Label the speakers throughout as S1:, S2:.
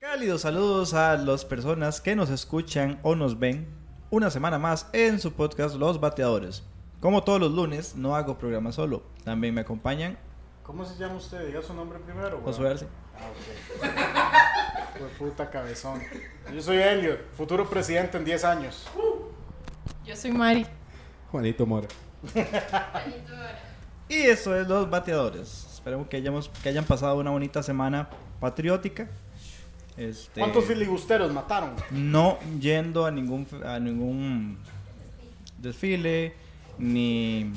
S1: Cálidos saludos a las personas que nos escuchan o nos ven una semana más en su podcast Los Bateadores. Como todos los lunes, no hago programa solo. También me acompañan
S2: ¿Cómo se llama usted? Diga su nombre primero. weón.
S1: Josué Arce.
S2: Ah, ok. Pues puta cabezón. Yo soy Elliot, futuro presidente en 10 años.
S3: Yo soy Mari.
S4: Juanito Mora.
S1: Y eso es Los Bateadores. Esperemos que, hayamos, que hayan pasado una bonita semana patriótica. Este,
S2: ¿Cuántos filibusteros mataron?
S1: No yendo a ningún, a ningún desfile, ni...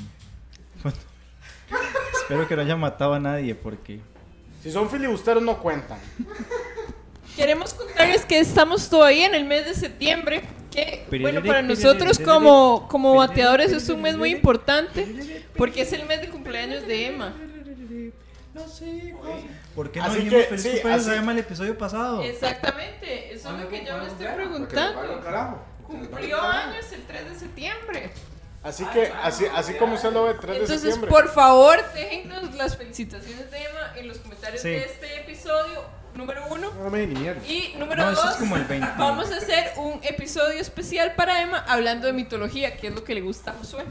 S1: Espero que no haya matado a nadie porque...
S2: Si son filibusteros no cuentan.
S3: Queremos contarles que estamos todavía en el mes de septiembre, que bueno, para
S1: Piriri,
S3: nosotros
S1: piriri,
S3: como, como
S1: piriri,
S3: bateadores es un mes muy
S1: piriri,
S3: importante, porque es el mes de cumpleaños de Emma.
S1: ¿Por qué no
S2: Así
S1: dijimos
S2: que,
S1: feliz
S2: sí,
S1: cumpleaños
S2: así-
S1: a Emma el episodio pasado?
S3: Exactamente, eso es lo que yo le estoy preguntando. Cumplió años el 3 de septiembre.
S2: Así que, así, así como usted lo ve, 3 de
S3: Entonces,
S2: septiembre.
S3: por favor, déjennos las felicitaciones de Emma en los comentarios
S1: Sí.
S3: de este episodio número uno.
S4: No me mierda.
S3: Y número
S1: No, eso
S3: dos,
S1: es como el 20.
S3: vamos a hacer un episodio especial para Emma hablando de mitología, que es lo que le gusta a Josué.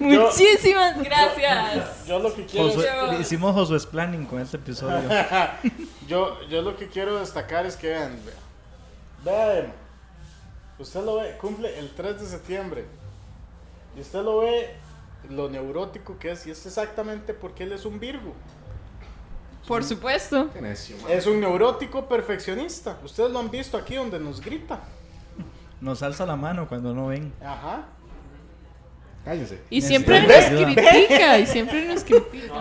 S3: Muchísimas gracias.
S2: Yo lo que quiero es-
S1: Josué-
S3: Yo-
S1: hicimos Josué Planning con este episodio.
S2: Yo, yo lo que quiero destacar es que vean, vean, vean, usted lo ve, cumple el 3 de septiembre. Y usted lo ve lo neurótico que es, y es exactamente porque él es un Virgo.
S3: Por supuesto.
S4: Qué necio, man.
S2: Es un neurótico perfeccionista. Ustedes lo han visto aquí donde nos grita.
S1: Nos alza la mano cuando no ven.
S2: Ajá.
S4: Cállense.
S3: Y siempre nos
S1: Necesitamos ayuda.
S3: critica, y siempre nos critica.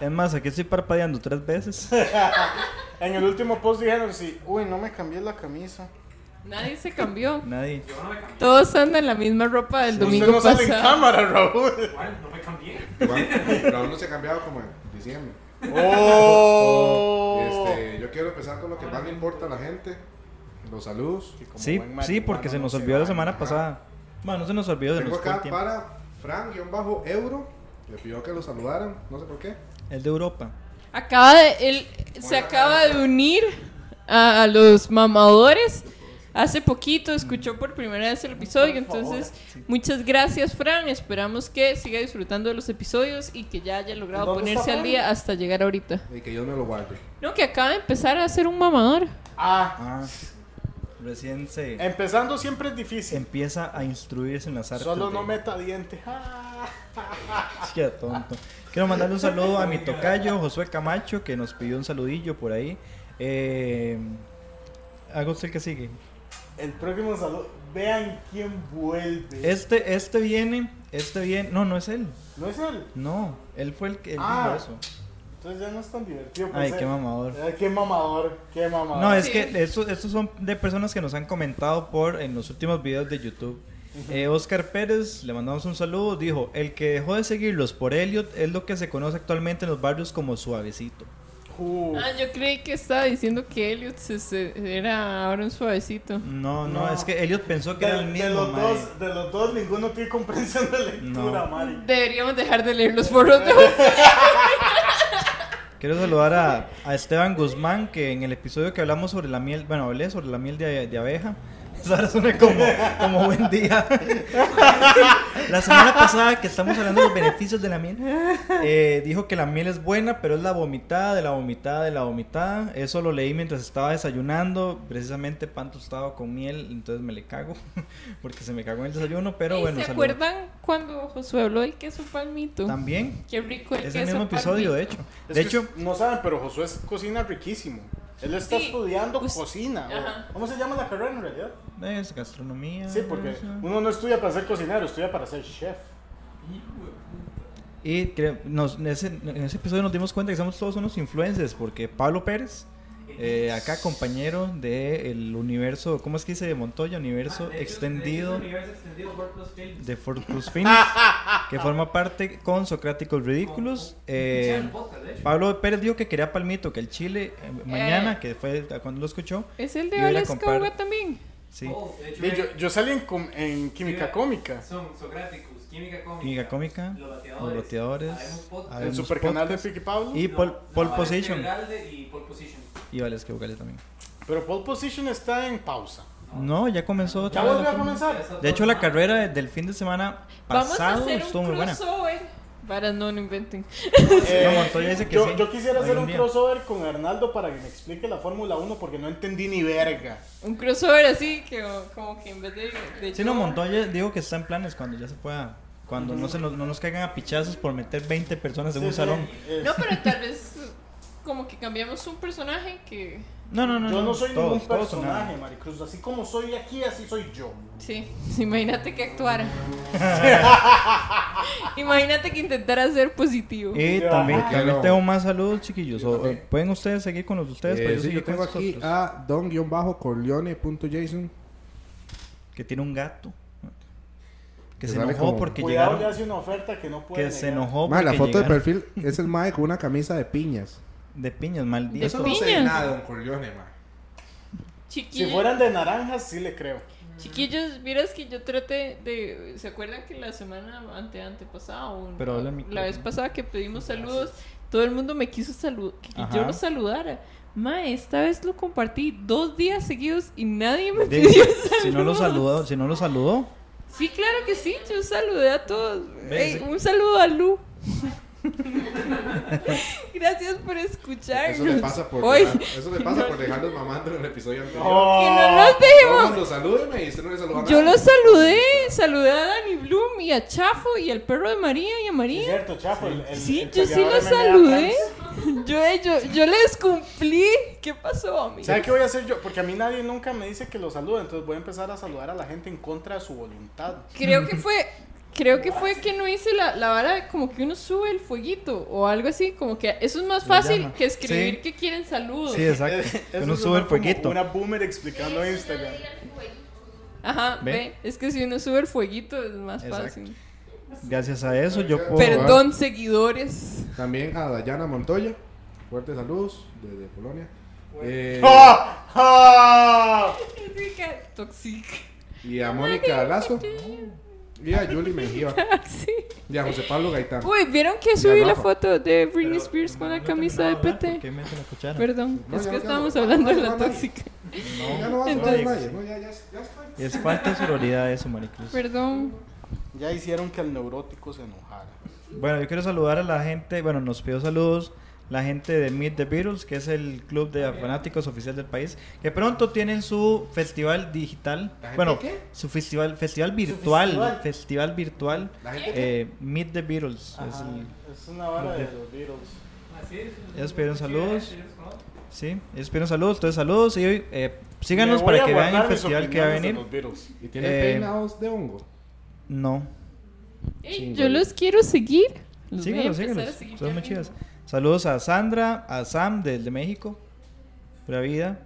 S1: Es más, aquí estoy parpadeando tres veces.
S2: En el último post dijeron, sí, uy, no me cambié la camisa.
S3: Nadie se cambió.
S1: Nadie.
S3: Todos andan en la misma ropa del domingo
S2: Usted no sale en
S3: pasado.
S2: cámara, Raúl.
S4: Raúl no se ha cambiado como en diciembre.
S2: Oh.
S4: Este, yo quiero empezar con lo que más le importa a la gente. Los saludos.
S2: Que como
S1: Sí,
S2: buen
S1: sí,
S2: marihuano
S1: porque se
S2: no
S1: nos olvidó la
S2: baña.
S1: semana
S4: Ajá.
S1: pasada. Bueno, no se nos olvidó, se
S4: Tengo
S1: nos fue el
S4: acá
S1: tiempo.
S4: para Fran-Euro. Le pidió que lo saludaran, no sé por qué.
S1: El de Europa.
S3: Acaba de, él se acaba de unir a, a los mamadores. Hace poquito escuchó por primera vez el episodio, entonces muchas gracias Fran, esperamos que siga disfrutando de los episodios y que ya haya logrado
S2: ¿Dónde
S3: ponerse
S2: está
S3: al
S2: Fran?
S3: día hasta llegar ahorita.
S4: Y que Dios me lo guarde.
S3: No, que acaba de empezar a ser un mamador.
S2: Ah,
S1: Ah, Em, recién se
S2: empezando siempre es difícil.
S1: empieza a instruirse en las artes.
S2: Solo no
S1: de-
S2: meta diente. Ah.
S1: Qué tonto. Quiero mandarle un saludo a mi tocayo, Josué Camacho, que nos pidió un saludillo por ahí. Eh, haga usted el que sigue.
S2: El próximo saludo. Vean quién vuelve.
S1: Este, este viene, este viene. No, no es él.
S2: ¿No es él?
S1: No, él fue el que él
S2: Ah.
S1: dijo eso.
S2: Entonces ya no es tan divertido.
S1: Ay,
S2: pues,
S1: qué
S2: eh.
S1: mamador.
S2: Ay, qué mamador. Qué mamador.
S1: No, es
S3: Sí.
S1: que estos, estos son de personas que nos han comentado por en los últimos videos de YouTube. Eh, Oscar Pérez, le mandamos un saludo, dijo, el que dejó de seguirlos por Elliot es lo que se conoce actualmente en los barrios como suavecito.
S2: Uh,
S3: Ah, yo creí que estaba diciendo que Elliot se- se- era ahora un suavecito.
S1: No, no,
S2: No.
S1: es que Elliot pensó que
S2: de,
S1: era el
S2: de
S1: mismo.
S2: los
S1: mae.
S2: dos, de los dos, ninguno tiene comprensión de lectura,
S1: No.
S2: Mari.
S3: Deberíamos dejar de leer los foros de José.
S1: Quiero saludar a, a Esteban Guzmán, que en el episodio que hablamos sobre la miel, bueno, hablé sobre la miel de, de abeja. Ahora suena como, como buen día. La semana pasada que estamos hablando de los beneficios de la miel, eh, dijo que la miel es buena, pero es la vomitada, de la vomitada, de la vomitada. Eso lo leí mientras estaba desayunando, precisamente pan tostado con miel, entonces me le cago, porque se me cagó en el desayuno, pero
S3: ¿Y
S1: bueno,
S3: ¿Se
S1: saludos.
S3: acuerdan cuando Josué habló del queso palmito?
S1: También,
S3: Qué rico el
S1: es
S3: queso
S1: el mismo episodio,
S3: palmito.
S1: de hecho.
S2: Es
S1: De
S2: que
S1: hecho,
S2: no saben, pero Josué es- cocina riquísimo. Él está
S3: Sí,
S2: estudiando
S3: us-
S2: cocina. o-
S3: Ajá.
S2: ¿Cómo se llama la carrera en realidad?
S1: es gastronomía.
S2: Sí, porque
S1: eso.
S2: uno no estudia para ser cocinero, estudia para ser chef.
S1: Y cre- nos- en, ese, en ese episodio nos dimos cuenta que somos todos unos influencers, porque Pablo Pérez, eh, acá compañero del universo, ¿cómo es que dice? De Montoya, universo
S5: Ah,
S1: extendido de Fort Plus Films, que forma parte con Socráticos Ridículos. eh, Pablo Pérez dijo que quería palmito, que el chile eh, mañana, que fue cuando lo escuchó,
S3: ¿Es el
S1: Y
S3: de
S1: voy a
S3: Alex
S1: comprar-
S3: Cauga también?
S1: sí.
S5: Oh,
S2: Yo, yo salí en, com- en química
S5: Sí.
S2: cómica.
S5: Son Socráticos, Química Cómica.
S1: Química Cómica,
S5: Los
S1: Los
S5: Bateadores.
S1: Bateadores,
S5: Habemos Podcast,
S1: Habemos
S2: El super canal de
S1: Podcast,
S2: Piqui Pablo.
S1: Y Pole,
S5: no,
S1: Pole
S5: no, este
S1: Position.
S5: Galde y Pole Position.
S1: Y vale, es que vocales también.
S2: Pero Pole Position está en pausa.
S1: No, ya comenzó
S2: ¿Ya
S1: otra vez.
S2: volvió a comenzar?
S5: Eso
S1: De hecho,
S5: todo.
S1: la carrera del fin de semana
S3: Vamos a
S1: pasado
S3: hacer
S1: estuvo
S3: un
S1: muy buena.
S3: crossover. Para no, no inventen.
S2: Eh,
S1: No, Montoya dice que
S2: yo,
S1: sí.
S2: yo quisiera hacer
S1: Algún
S2: un
S1: día.
S2: crossover con Arnaldo para que me explique la Fórmula 1 porque no entendí ni verga.
S3: Un crossover así, que como que en vez de. de
S1: Sí, no,
S3: yo-
S1: Montoya digo que está en planes cuando ya se pueda. Cuando no, se nos, no nos caigan a pichazos por meter 20 personas en
S2: Sí,
S1: un
S2: sí,
S1: salón.
S2: eh,
S3: No, pero tal vez como que cambiamos un personaje que.
S1: No, no, no.
S2: yo no soy
S1: todos,
S2: ningún
S1: todos o nada.
S2: personaje, Maricruz. Así como soy aquí, así soy yo.
S3: Sí, imagínate que actuara. imagínate que intentara ser positivo.
S1: Y
S2: Ya.
S1: también,
S4: Ah,
S1: también
S4: no.
S1: tengo más saludos, chiquillos.
S4: Yo
S1: O-
S4: también.
S1: o Pueden ustedes seguir con los de ustedes, pero
S4: Eh,
S1: pues, yo
S4: sí,
S1: sigo
S4: yo tengo
S1: con
S4: aquí
S1: nosotros,
S4: a don-corleone.jason.
S1: que tiene un gato. Que
S4: Que
S1: se
S4: sale
S1: enojó
S4: como-
S1: porque
S2: Cuidado, ya
S1: llegaron.
S2: hace una oferta que no puede.
S1: Que se
S2: negar.
S1: enojó
S4: Ma,
S1: porque
S4: la foto de
S1: llegaron
S4: perfil es el mae con una camisa de piñas.
S1: de piñas, maldito.
S3: Eso no sé Piñas. nada,
S4: don Corleone, ma.
S3: Chiquillos,
S2: Si fueran de naranjas, sí le creo.
S3: chiquillos, miras que yo traté de. ¿Se acuerdan que la semana ante antepasada o
S1: Pero habla al
S3: la
S1: micrófono.
S3: vez pasada que pedimos saludos, todo el mundo me quiso saludar, que que yo
S1: Ajá.
S3: los saludara. Ma, esta vez lo compartí dos días seguidos y nadie me
S1: De-
S3: pidió
S1: si no lo
S3: saludos.
S1: saludó, si no lo saludó,
S3: Sí, claro que sí, yo saludé a todos.
S1: Ve,
S3: Ey,
S1: sí.
S3: un saludo a Lu. Gracias por escucharnos.
S4: Eso le pasa por,
S3: Hoy,
S4: dejar- eso le pasa por dejarnos mamando en el episodio anterior.
S3: que
S2: Oh.
S3: no
S1: Oh.
S3: nos
S4: Todo
S3: dejemos.
S4: mundo salúdeme y usted no le saluda a
S3: Yo
S4: nadie.
S3: los saludé, saludé a Dani Bloom y a Chafo y al perro de María y a
S2: Es
S3: María.
S2: cierto, Chafo. el- el-
S3: Sí,
S2: el
S3: yo sí
S2: peleador
S3: los
S2: MMA
S3: saludé.
S2: trans.
S3: Yo, yo, yo les cumplí. ¿Qué pasó, amigo?
S2: ¿Sabe qué voy a hacer yo? Porque a mí nadie nunca me dice que lo salude, entonces voy a empezar a saludar a la gente en contra de su voluntad.
S3: Creo que fue, creo que fue que no hice la, la vara de como que uno sube el fueguito o algo así, como que eso es más
S1: La
S3: fácil
S1: llama.
S3: que escribir
S1: Sí.
S3: que quieren saludos.
S1: sí, exacto.
S2: Eso
S1: Que no sube
S2: suena
S1: el
S2: como
S1: fueguito.
S2: Una boomer explicando en Instagram.
S3: Ajá,
S1: ¿Ve?
S3: ve. Es que si uno sube el fueguito es más
S1: Exacto. Oh, ah.
S3: fácil.
S1: Gracias a eso yo puedo.
S3: Perdón, seguidores.
S4: También a Dayana Montoya. Fuertes saludos desde Polonia. Eh,
S2: ¡Ah! ¡Ah!
S3: Toxic.
S4: y a Mónica Lazo. Y a Yuli Mejía.
S3: Sí.
S4: Y a José Pablo Gaitán.
S3: Uy, ¿vieron que
S4: Ya,
S3: subí la
S4: Rafa.
S3: foto de Britney
S1: Pero,
S3: Spears con la
S1: no
S3: camisa de
S1: terminaba hablar, ¿por
S3: PT?
S1: qué meten la cuchara?
S3: Perdón,
S4: No,
S3: es
S4: ya
S3: que
S4: no queda-
S3: estábamos
S4: no,
S3: hablando de
S4: no,
S3: la
S4: no, no.
S3: tóxica.
S4: Ya no va a saludar
S3: Entonces-
S4: nadie. No, ya, ya, ya estoy.
S1: Es falta de sororidad eso, Maricruz.
S3: Perdón.
S2: Ya hicieron que el neurótico se enojara.
S1: Bueno, yo quiero saludar a la gente, bueno, nos pidió saludos la gente de Meet the Beatles, que es el club de fanáticos oficial del país, que pronto tienen su festival digital,
S4: ¿La gente
S1: bueno,
S4: qué?
S1: su festival festival virtual,
S2: festival?
S1: festival, virtual,
S4: La gente que-
S1: eh, Meet the Beatles. Es
S2: Ajá,
S1: el-
S2: Es una vara de los Beatles.
S5: Así es.
S1: Ellos pidieron saludos.
S5: Ellos, ¿no?
S1: sí, ellos pidieron saludos, entonces saludos y eh, síganos
S2: Me voy
S1: para
S2: a
S1: que vean el
S2: guardar mis
S1: festival que va a
S2: opiniones de
S1: venir.
S2: los Beatles.
S4: Y tiene
S1: Eh,
S4: peinados de hongo.
S1: No.
S3: Ey,
S4: Chingo.
S3: yo los quiero seguir. Los voy a
S1: Síganos,
S3: empezar
S1: síganos.
S3: a seguir
S1: Son
S3: ya
S1: muy
S3: mismo.
S1: chidas. Saludos a Sandra, a Sam del de México. Pura vida.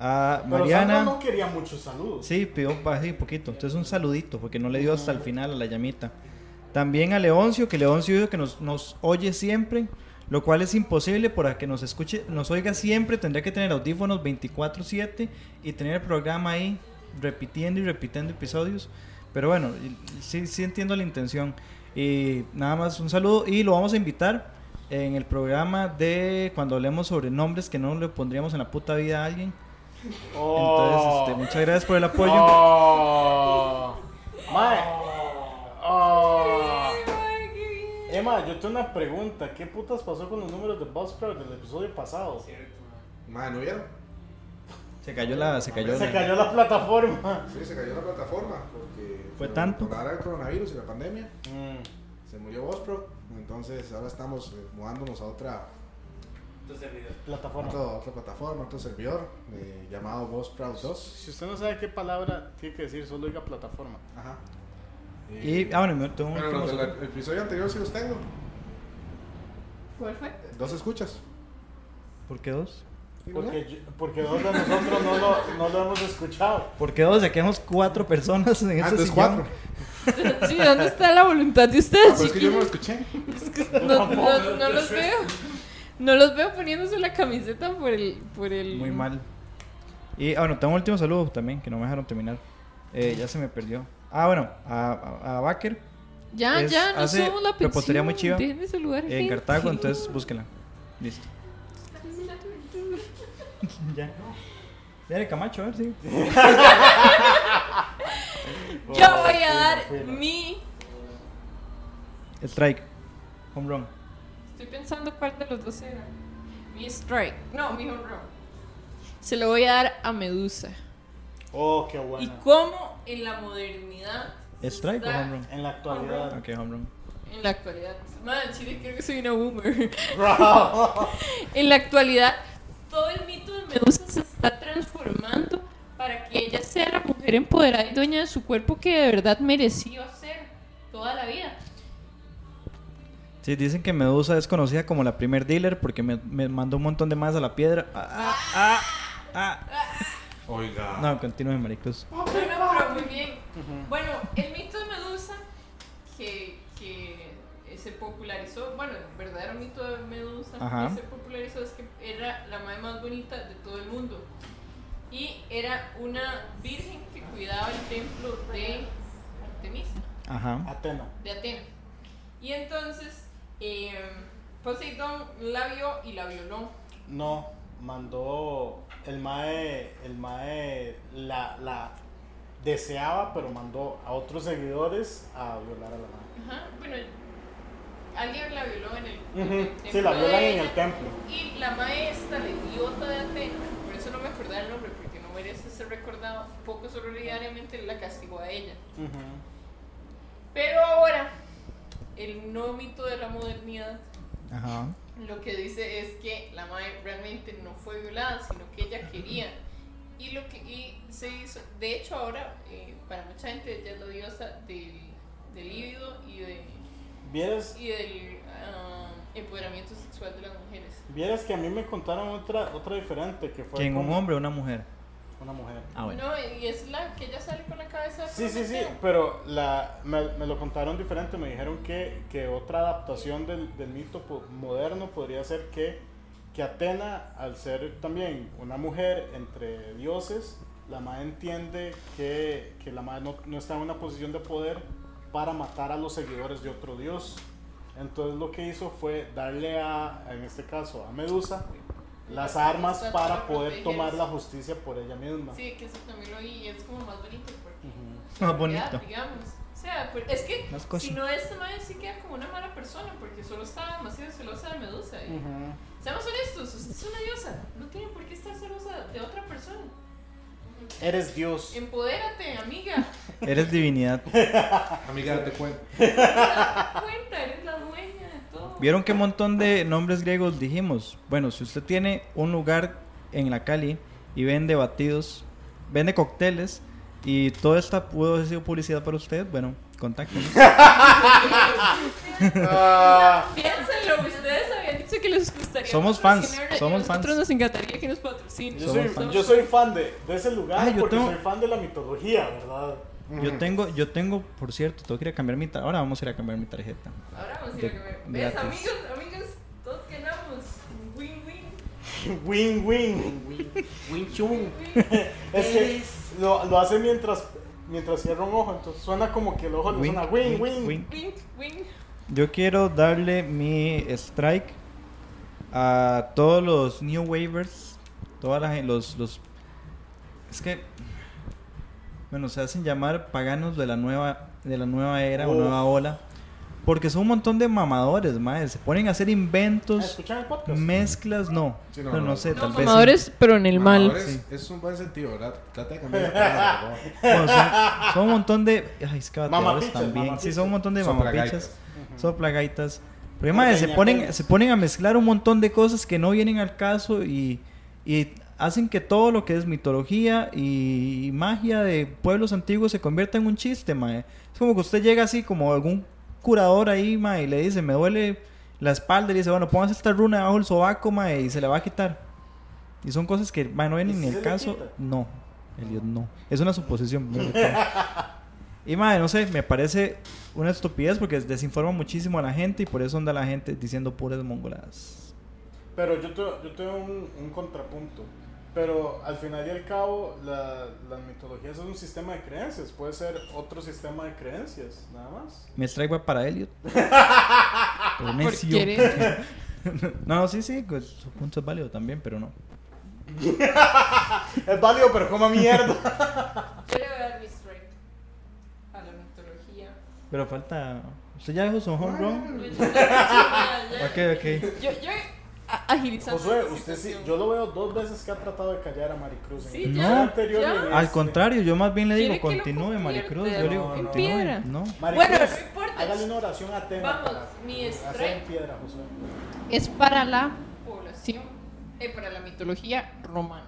S1: A
S2: Pero Sandra
S1: Mariana.
S2: no quería muchos saludos.
S1: Sí, pidió pa- sí, poquito. Entonces un saludito, porque no le dio hasta el final a la llamita. También a Leoncio, que Leoncio dijo que nos, nos oye siempre, lo cual es imposible para que nos escuche, nos oiga siempre, tendría que tener audífonos 24/7 y tener el programa ahí repitiendo y repitiendo episodios. Pero bueno, y- y sí, sí entiendo la intención. Y nada más un saludo y lo vamos a invitar en el programa de cuando hablemos sobre nombres que no le pondríamos en la puta vida a alguien. Entonces,
S2: Oh.
S1: este, muchas gracias por el apoyo.
S2: Oh. Mae. Oh.
S3: Ay, qué bien.
S2: Emma, yo tengo una pregunta. ¿Qué putas pasó con los números de Buzzsprout del episodio pasado?
S4: Ma, ¿no vieron?
S1: Se cayó la, se cayó
S2: Se
S1: la.
S2: cayó la plataforma.
S4: Sí, se cayó la plataforma porque
S1: Fue
S4: por-
S1: tanto.
S4: por ahora el coronavirus y la pandemia
S2: Mm.
S4: se murió Bospro, entonces ahora estamos eh, mudándonos a otra,
S5: Tu servidor.
S4: a
S2: Plataforma.
S4: otra, a otra plataforma, a otro servidor eh, llamado Bospro 2.
S2: Si usted no sabe qué palabra tiene que decir, solo diga plataforma.
S4: Ajá.
S1: Y, ah, bueno, me- tengo un
S4: Bueno, los del
S1: último-
S4: episodio anterior sí los tengo.
S3: ¿Cuál fue?
S4: Dos escuchas.
S1: ¿Por qué dos?
S4: Sí, Ah, ¿no?
S2: Porque, yo- porque dos de nosotros no lo, no lo hemos escuchado.
S1: ¿Por qué dos? Ya quedamos cuatro personas en este
S4: Antes
S1: sillón.
S4: cuatro.
S3: Sí, ¿dónde está la voluntad de
S4: Ah,
S3: ustedes,
S4: pero es que yo no lo
S3: chiquillos?
S4: escuché.
S3: Es que no, no- no los veo. No los veo poniéndose la camiseta por el... Por el...
S1: Muy mal. Y, ah, bueno, tengo un último saludo también, que no me dejaron terminar. Eh, ya se me perdió. Ah, bueno, a, a, a Baker,
S3: Ya,
S1: Es-
S3: ya, no
S1: hace
S3: somos la
S1: repostería
S3: pensión.
S1: muy chiva
S3: Dejen de saludar
S1: en
S3: gente.
S1: Cartago, entonces búsquenla. Listo. ya. Dale, Camacho, a ver, sí.
S3: Yo voy a dar mi...
S1: Strike. Home run.
S3: Estoy pensando cuál de los dos era. Mi strike. No, mi home run. Se lo voy a dar a Medusa.
S2: Oh, qué
S3: Y
S2: buena.
S3: cómo en la modernidad.
S1: ¿Strike o
S3: está
S1: home run?
S2: En la actualidad.
S1: Ok, home run.
S3: En la actualidad. Madre, chile, creo que soy una boomer.
S2: Bravo.
S3: en la actualidad, todo el mito de Medusa se está transformando para que ella sea la mujer empoderada y dueña de su cuerpo que de verdad mereció ser toda la vida.
S1: Sí, dicen que Medusa es conocida como la primer dealer porque me, me mandó un montón de más a la piedra. Ah, ah, ah, ah.
S4: Oiga.
S1: No, continúe, Maricruz.
S3: Bueno, pero muy bien. Bueno, el mito de Medusa que, que eh, se popularizó, bueno, el verdadero mito de Medusa
S1: Ajá.
S3: que se popularizó es que era la madre más bonita de todo el mundo. Y era una virgen que cuidaba el templo de Artemisa,
S1: Ajá.
S2: Atena.
S3: de Atenas. Y entonces eh, Poseidón la vio y la violó.
S2: No, mandó el mae, el mae la, la deseaba, pero mandó a otros seguidores a violar a la mae.
S3: Ajá, bueno, alguien la violó en el, en el
S2: Ujú, Sí,
S3: templo
S2: la
S3: de
S2: violan en
S3: ella.
S2: el templo.
S3: Y la maestra, la idiota de Atenas, por eso no me acordaba el nombre, porque no merece ser recordado, poco solidariamente la castigó a ella.
S2: Ujú.
S3: Pero ahora, el no mito de la modernidad
S1: Ajá.
S3: lo que dice es que la madre realmente no fue violada, sino que ella quería. Y lo que y se hizo, de hecho ahora, eh, para mucha gente ella es la diosa del, del líbido y, de,
S2: Vieras,
S3: y del ah, empoderamiento sexual de las mujeres.
S2: vieras que a mí me contaron otra, otra diferente que fue
S1: ¿Quién, un
S2: como
S1: hombre o una mujer?
S2: una mujer.
S1: Ah, bueno.
S3: No, y es la que ella sale con la cabeza.
S2: Sí, sí, sí,
S3: prometida.
S2: pero la, me, me lo contaron diferente. Me dijeron que, que otra adaptación del, del mito po- moderno podría ser que, que Atena, al ser también una mujer entre dioses, la madre entiende que, que la madre no, no está en una posición de poder para matar a los seguidores de otro dios. Entonces lo que hizo fue darle a, en este caso, a Medusa las armas para poder tomar la justicia por ella misma.
S3: Sí, que eso también lo oí y es como más bonito. Porque,
S2: Ujú.
S1: Más
S3: ya,
S1: Ah, bonito.
S3: digamos. O sea, pues, es que
S1: Más cosa.
S3: si no esta madre sí queda como una mala persona porque solo está demasiado celosa de Medusa. y-
S2: Ujú.
S3: Seamos honestos, usted es una diosa. No tiene por qué estar celosa de otra persona.
S2: Eres Dios.
S3: Empodérate, amiga.
S1: Eres divinidad.
S4: Amiga, date cuenta.
S3: Date cuenta, eres la dueña de todo.
S1: ¿Vieron qué montón de nombres griegos dijimos? Bueno, si usted tiene un lugar en la Cali y vende batidos, vende cócteles y toda esta pudo haber sido publicidad para usted, bueno, contáctenos.
S3: Piénsenlo, ustedes habían dicho que les gustaría.
S1: Ah. Somos fans,
S3: patrocinarnos y
S1: somos
S3: a nosotros
S1: fans.
S3: nos encantaría que nos patrocinen.
S2: Yo
S1: Somos
S2: soy,
S1: fans.
S2: yo soy fan de, de ese lugar
S1: Ah, yo
S2: porque
S1: tengo-
S2: soy fan de la mitología, ¿verdad?
S1: Yo tengo, yo tengo, por cierto, tengo que ir a cambiar mi tarjeta. Ahora vamos a ir a cambiar mi tarjeta.
S3: Ahora vamos a ir a comer. ¿Ves,
S1: Gratis.
S3: amigos? Amigos, todos ganamos. Win-win.
S2: Win win.
S5: Win Chun.
S2: Es que lo, lo hace mientras mientras cierra un ojo, entonces suena como que el ojo le
S1: Wink,
S2: suena win
S1: wink,
S2: win.
S1: wink.
S3: Win, win.
S1: Yo quiero darle mi strike a todos los new waivers, todas las los los es que bueno, se hacen llamar paganos de la nueva de la nueva era o
S2: Uf.
S1: nueva ola, porque son un montón de mamadores, mae, se ponen a hacer
S2: Ah,
S1: inventos,
S2: ¿Escuchan el podcast?
S1: mezclas, no,
S4: Sí, no,
S1: no,
S4: no,
S1: no sé,
S4: no.
S1: tal
S3: No, pues,
S1: vez sí.
S3: mamadores, pero en el mal.
S4: Mamadores, Es un buen sentido, ¿verdad? Trata de cambiar la palabra, por favor.
S1: Bueno, son, son un montón de. Ay, es que bateadores
S2: Mamapichas,
S1: también. Sí, son un montón de
S4: Soplagaitas.
S1: mamapichas. Soplagaitas. Pero además, se
S2: Ordeñacoles.
S1: ponen, se ponen a mezclar un montón de cosas que no vienen al caso y, y hacen que todo lo que es mitología y magia de pueblos antiguos se convierta en un chiste, mae. Es como que usted llega así, como algún curador ahí, mae, y le dice, me duele la espalda, y le dice, bueno, póngase esta runa debajo del sobaco, mae, y se la va a quitar. Y son cosas que, mae, no vienen
S2: ¿Y
S1: ni
S2: si
S1: al
S2: se le
S1: caso.
S2: quita?
S1: No, Elliot, no. Es una suposición. no le creo. y madre, no sé, me parece una estupidez porque desinforma muchísimo a la gente y por eso anda la gente diciendo puras mongoladas.
S2: Pero yo tengo, yo tengo un, un contrapunto. Pero al final y al cabo, la, las mitologías es un sistema de creencias. Puede ser otro sistema de creencias, nada más.
S1: Me extraigo para Elliot. Por
S3: Por
S1: necio.
S3: quiere-
S1: No, no, sí, sí, pues, su punto es válido también, pero no.
S2: Es válido, pero como mierda.
S3: quiere dar mi strength a la mitología.
S1: Pero falta. ¿Usted ya dejó su home run? Ok, ok.
S3: Yo, yo a- agilizando.
S2: Josué,
S3: esta
S2: usted sí,
S3: situación.
S2: yo lo veo dos veces que ha tratado de callar a Maricruz.
S3: Sí,
S2: el
S1: ya,
S2: video
S1: ya.
S2: y en
S1: Al
S2: este.
S1: contrario, yo más bien le digo,
S3: ¿Quiere que lo
S1: continúe, Maricruz. Yo le digo,
S2: convierta en
S1: continúe.
S3: piedra?
S1: No.
S2: Maricruz,
S3: Bueno, no importa.
S2: Hágale una oración a Atena.
S3: Vamos,
S2: para-
S3: mi
S2: Hacer
S3: strike.
S2: en piedra, Josué.
S3: Es para la población, eh, para la mitología romana.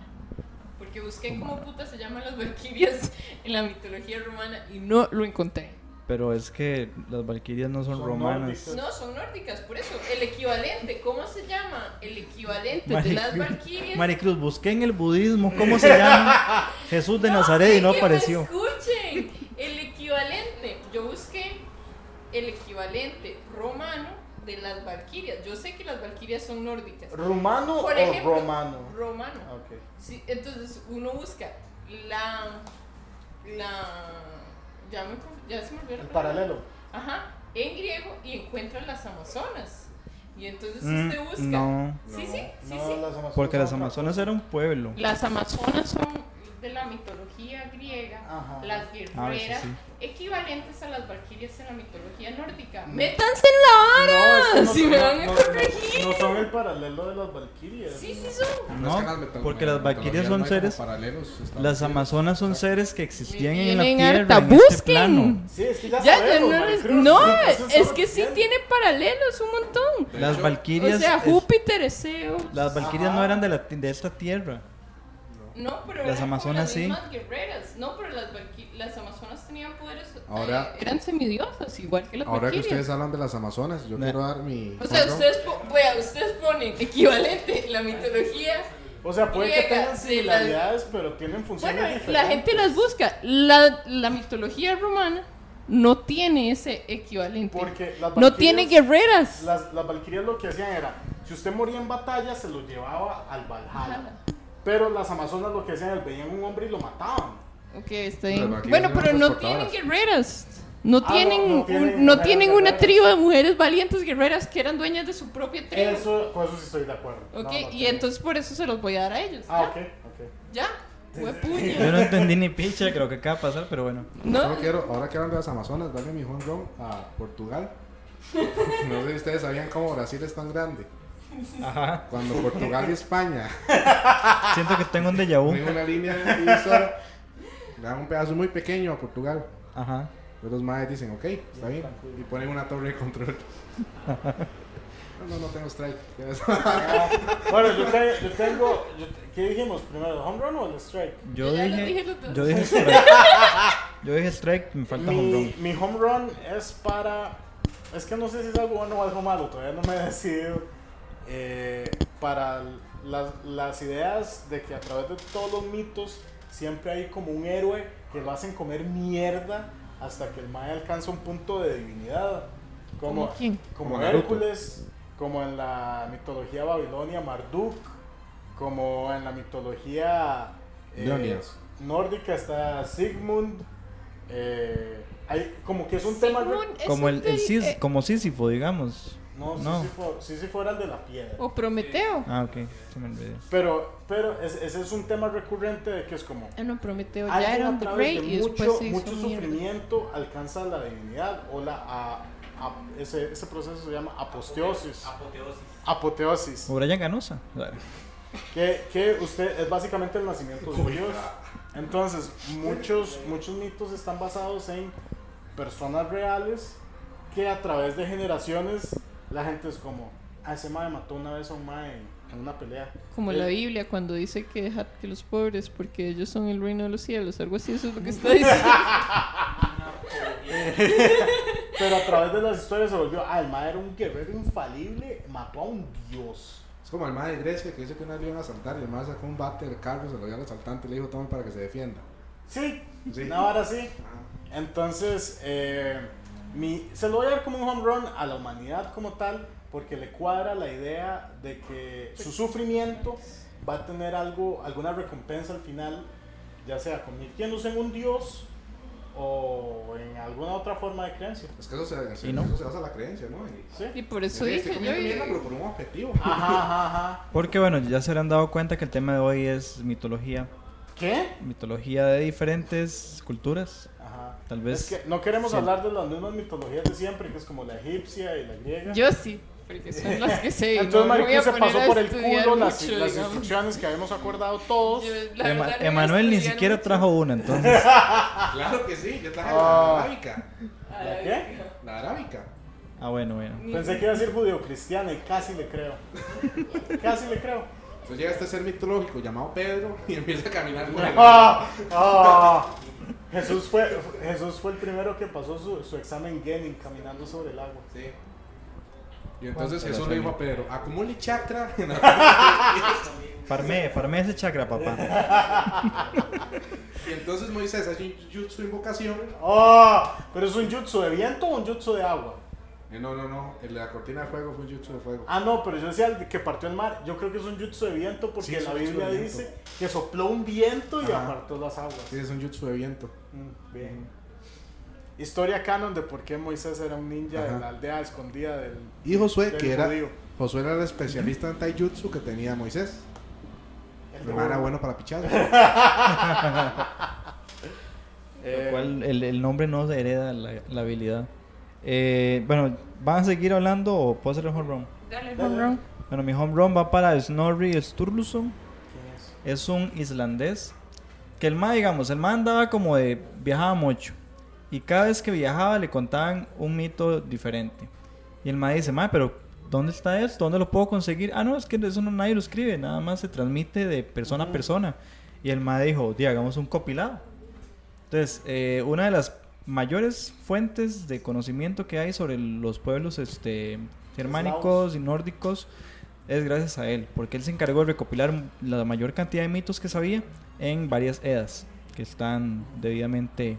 S3: Porque busqué cómo puta se llaman las valquirias en la mitología romana y no lo encontré.
S1: Pero es que las valquirias no son,
S2: Son
S1: romanas.
S2: nórdicas.
S3: No, son nórdicas, por eso. El equivalente, ¿cómo se llama? El equivalente de las
S1: Maricruz,
S3: valquirias.
S1: Maricruz, busqué en el budismo cómo se llama Jesús de Nazaret y no
S3: que me
S1: apareció.
S3: Escuchen, el equivalente. Yo busqué el equivalente romano de las valquirias. Yo sé que las valquirias son nórdicas.
S2: ¿Rumano
S3: Por
S2: o
S3: ejemplo,
S2: romano?
S3: Romano.
S2: Ah, ok.
S3: Sí, entonces uno busca la. La. Ya, me conf- ya se me olvidó la
S2: El
S3: palabra.
S2: paralelo.
S3: Ajá, en griego y encuentra las Amazonas. Y entonces
S1: Mm,
S3: usted busca.
S1: no.
S3: Sí, sí, sí,
S2: No,
S3: sí.
S2: las Amazonas
S1: Porque
S2: son
S1: las
S2: otra
S1: Amazonas
S2: cosa.
S1: era un pueblo.
S3: Las Amazonas son de la mitología griega,
S2: Ajá.
S3: las
S1: Ah, eso
S3: guerreras,
S1: sí.
S3: equivalentes a las valquirias en la mitología nórdica. ¡Métanse en
S2: No, es que no
S3: si
S2: son-
S3: me van
S2: no-
S3: a
S2: no-
S3: corregir.
S2: No son el paralelo de las Valquirias.
S3: Sí, sí, son.
S4: Pero
S1: No,
S4: es que las metal-
S1: porque las valquirias
S4: mitologías
S1: son
S4: no hay como
S1: seres-
S4: Paralelos, están-
S1: Las
S4: sí.
S1: Amazonas son seres que existían en la
S3: tienen
S1: tierra,
S3: harta,
S1: en este
S3: busquen.
S1: plano.
S2: Sí, es que ya,
S3: Ya, ya
S2: sabemos,
S3: no, les-
S2: Maricruz.
S3: no,
S2: Eso
S3: es
S2: lo
S3: que sí
S2: entiendo.
S3: tiene paralelos un montón.
S4: De
S1: Las
S4: hecho,
S1: valquirias,
S3: o sea,
S1: es-
S3: Júpiter es Zeus.
S1: las valquirias
S2: Ajá.
S1: no eran de, la, de esta tierra.
S3: No, pero
S1: Las
S3: eran como
S1: amazonas
S3: las
S1: sí.
S3: mismas guerreras. No, pero las, valqui- las amazonas tenían poderes. eh,
S4: Ahora-
S3: eran semidiosas, igual que las
S4: Ahora que ustedes
S3: valquirias.
S4: hablan de las Amazonas, yo
S1: Nah.
S4: quiero dar mi.
S3: O sea,
S4: ¿no?
S3: ustedes, po- vea, ustedes ponen equivalente la mitología.
S2: O sea, puede que
S3: Griega,
S2: tengan
S3: sí,
S2: similaridades, pero tienen funciones
S3: Bueno,
S2: diferentes.
S3: la gente las busca. La, la mitología romana no tiene ese equivalente.
S2: Porque las
S3: no tiene
S2: valquirias-
S3: guerreras.
S2: Las, las Valquirias lo que hacían era: si usted moría en batalla, se lo llevaba al Valhalla. Pero las Amazonas lo que hacían era: veían un hombre y lo mataban.
S3: Ok, está
S4: Las
S3: bien.
S4: valquirias
S3: Bueno,
S4: eran
S3: pero no tienen
S4: transportadoras.
S3: guerreras. No
S2: Ah,
S3: tienen,
S2: no, no
S3: un- no,
S2: tienen mujeres
S3: tienen, una
S2: guerreras.
S3: tribu de mujeres valientes guerreras que eran dueñas de su propia tribu.
S2: Eso, con eso sí estoy de acuerdo. No,
S3: Ok,
S2: no
S3: y
S2: tiene-
S3: entonces por eso se los voy a dar a ellos.
S2: Ah, ok, ok.
S3: ¿Ya? Fue
S1: Yo
S3: puño.
S1: no entendí ni pinche, creo que acaba de pasar, pero bueno.
S3: ¿No?
S4: Solo quiero, ahora que hablan de las Amazonas, dale mi home run a Portugal. No sé si ustedes sabían cómo Brasil es tan grande.
S1: Ajá.
S4: Cuando Portugal y España
S1: Siento que tengo un déjà vu.
S4: tienen una línea divisora, le dan un pedazo muy pequeño a Portugal.
S1: Ajá.
S4: Pero los madres dicen, ok, está bien. Y ponen una torre de control. No, no, no tengo strike.
S2: Ah, bueno, yo, te- yo tengo. yo te- ¿Qué dijimos primero? ¿El home run o el strike?
S1: Yo
S3: Yo ya lo
S1: dije.
S3: dije los dos.
S1: Yo dije strike. Yo dije strike, me falta home
S2: Mi,
S1: run.
S2: mi home run es para. Es que no sé si es algo bueno o algo malo, todavía no me he decidido. Eh, para las, las ideas de que a través de todos los mitos siempre hay como un héroe que lo hacen comer mierda hasta que el mae alcanza un punto de divinidad. Como,
S3: ¿Como quién?
S2: como
S4: Como Naruto.
S2: Hércules, como en la mitología babilonia Marduk, como en la mitología eh,
S4: Leónidas.
S2: nórdica está Sigmund. eh, hay, como que es un tema. re-
S3: Sigmund es
S1: Como
S3: un
S1: el, el
S3: del-
S1: Sis-
S3: eh,
S1: como Sísifo, digamos.
S2: No,
S1: No.
S2: Si, fuera el de la piedra.
S3: o Prometeo.
S1: Ah, ok. Se me olvidó.
S2: Pero, pero es- ese es un tema recurrente de que es como.
S3: Ah, no, Prometeo ya
S2: Alguien
S3: era
S2: a
S3: un
S2: través
S3: rey
S2: de
S3: y después
S2: mucho,
S3: se hizo
S2: mucho
S3: mierda.
S2: sufrimiento alcanza la divinidad o la a- a- ese, ese proceso se llama aposteosis.
S5: Apoteosis.
S2: Apoteosis.
S1: O Brian Ganosa.
S2: que, que usted es básicamente el nacimiento de Dios. Entonces, muchos, muchos mitos están basados en personas reales que a través de generaciones la gente es como, ah, ese mae mató una vez a un mae en una pelea.
S3: Como
S2: Eh,
S3: la Biblia cuando dice que dejad que los pobres porque ellos son el reino de los cielos. Algo así, eso es lo que está diciendo.
S2: Pero a través de las historias se volvió, ah, el mae era un guerrero infalible, mató a un dios.
S4: Es como el madre de Grecia que dice que una vez le iban a asaltar y el madre sacó un bate del carro, se lo dio al asaltante y le dijo, tome para que se defienda. Ah,
S2: Sí,
S4: Sí.
S2: una vara sí. Entonces, eh, mi, se lo voy a dar como un home run a la humanidad como tal, porque le cuadra la idea de que su sufrimiento va a tener algo, alguna recompensa al final, ya sea convirtiéndose en un dios o en alguna otra forma de creencia.
S4: Es que eso se, eso-
S1: ¿Y no?
S4: eso se basa en la creencia, ¿no? Y-
S2: ¿Sí?
S3: Y por eso
S4: Sí,
S3: dije Ah.
S4: estoy
S3: yo.
S4: comiendo
S3: y-
S4: mierda, pero por un objetivo.
S2: Ajá, ajá, ajá.
S1: Porque bueno, ya se habrán dado cuenta que el tema de hoy es mitología.
S2: ¿Qué?
S1: Mitología de diferentes culturas.
S2: Ajá.
S1: Tal vez.
S2: Es que no queremos
S1: sí.
S2: hablar de las mismas mitologías de siempre, que es como la egipcia y la griega.
S3: Yo sí, porque son las que sé. y
S2: Entonces
S3: no me voy
S2: Maricu
S3: a
S2: se
S3: poner
S2: pasó
S3: a
S2: por el
S3: estudiar
S2: culo las,
S3: mucho,
S2: las
S3: digamos.
S2: instrucciones que habíamos acordado todos.
S3: Yo, la
S1: Ema-
S3: verdad, no voy a
S1: Em, Emanuel ni
S3: estudiar
S1: siquiera
S3: mucho.
S1: trajo una, entonces.
S4: Claro que sí, yo traje
S2: Ah.
S4: la arábica.
S2: ¿La qué?
S4: La arábica.
S1: Ah, bueno, bueno.
S2: Pensé que iba a decir judeocristiana y casi le creo. Casi le creo.
S4: Entonces llega este ser mitológico llamado Pedro y empieza a caminar por el-
S2: ¡Ah! ¡Ah! Jesús fue, Jesús fue el primero que pasó su, su examen Genin caminando sobre el agua.
S4: Sí. Y entonces
S1: Pero
S4: Jesús
S1: sí.
S4: le dijo a Pedro, acumule chakra.
S1: Farmé, farmé ese chakra, papá.
S4: y entonces Moisés hace su invocación.
S2: ¡Ah! Pero es un jutsu de viento o un jutsu de agua.
S4: Eh, no, no, no. el de la cortina de fuego fue un jutsu de fuego.
S2: Ah, no, pero yo decía el que partió el mar. Yo creo que es un jutsu de viento porque
S4: Sí, es
S2: la
S4: un jutsu de
S2: Biblia
S4: viento.
S2: dice que sopló un viento y
S4: Ajá.
S2: apartó las aguas.
S4: Sí, es un jutsu de viento.
S2: Mm, Bien. Historia canon de por qué Moisés era un ninja de
S4: Ajá.
S2: la aldea escondida del.
S4: Y Josué,
S2: Del
S4: que era,
S2: judío.
S4: Josué era el especialista en taijutsu que tenía Moisés.
S2: el
S4: Mi
S2: de
S4: hermano era
S2: oro.
S4: bueno para pichar.
S2: Eh,
S1: Lo cual el, el nombre no se hereda la, la habilidad. Eh, bueno, ¿van a seguir hablando o puedo hacer el home run?
S3: Dale,
S2: Dale.
S3: Ron.
S1: Bueno, mi home run va para Snorri Sturluson.
S2: ¿quién es?
S1: es un islandés que el man, digamos, el man andaba como de viajaba mucho y cada vez que viajaba le contaban un mito diferente. Y el man dice, "Mae, pero ¿dónde está esto? ¿Dónde lo puedo conseguir?" Ah, no, es que eso no nadie lo escribe, nada más se transmite de persona a persona. Y el man dijo, "Di, hagamos un copilado." Entonces, eh, una de las mayores fuentes de conocimiento que hay sobre los pueblos este, germánicos y nórdicos es gracias a él, porque él se encargó de recopilar la mayor cantidad de mitos que sabía en varias edas que están debidamente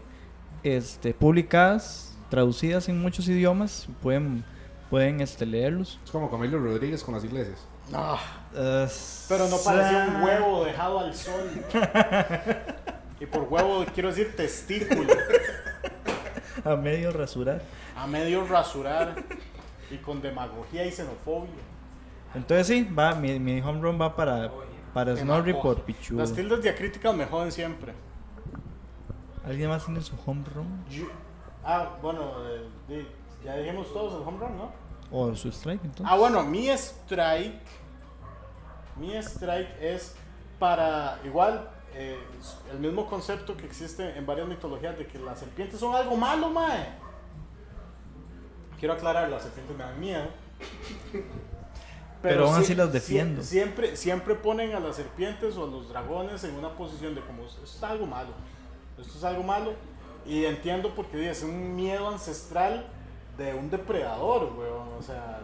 S1: este, publicadas, traducidas en muchos idiomas, pueden, pueden este, leerlos.
S4: Es como Camilo Rodríguez con las iglesias.
S2: Ah,
S1: Es-
S2: pero no parecía un
S1: ah,
S2: huevo dejado al sol. y por huevo quiero decir testículo.
S1: A medio rasurar.
S2: A medio rasurar. Y con demagogía y xenofobia.
S1: Entonces sí, va, mi, mi home run va para, para Snorri por Pichu.
S2: Las tildes diacríticas me joden siempre.
S1: ¿Alguien más tiene su home run?
S2: Yo- ah, bueno, eh, di- ya dijimos todos el home run, ¿no?
S1: ¿O su strike entonces?
S2: Ah, bueno, mi strike. Mi strike es para. Igual, eh, el mismo concepto que existe en varias mitologías de que las serpientes son algo malo, mae. Quiero aclarar, las serpientes me dan miedo.
S1: Pero aún
S2: sí-
S1: así las
S2: sí-
S1: defiendo.
S2: Siempre, siempre ponen a las serpientes o a los dragones en una posición de como, esto es algo malo, esto es algo malo. Y entiendo porque di, es un miedo ancestral de un depredador, weón. O sea,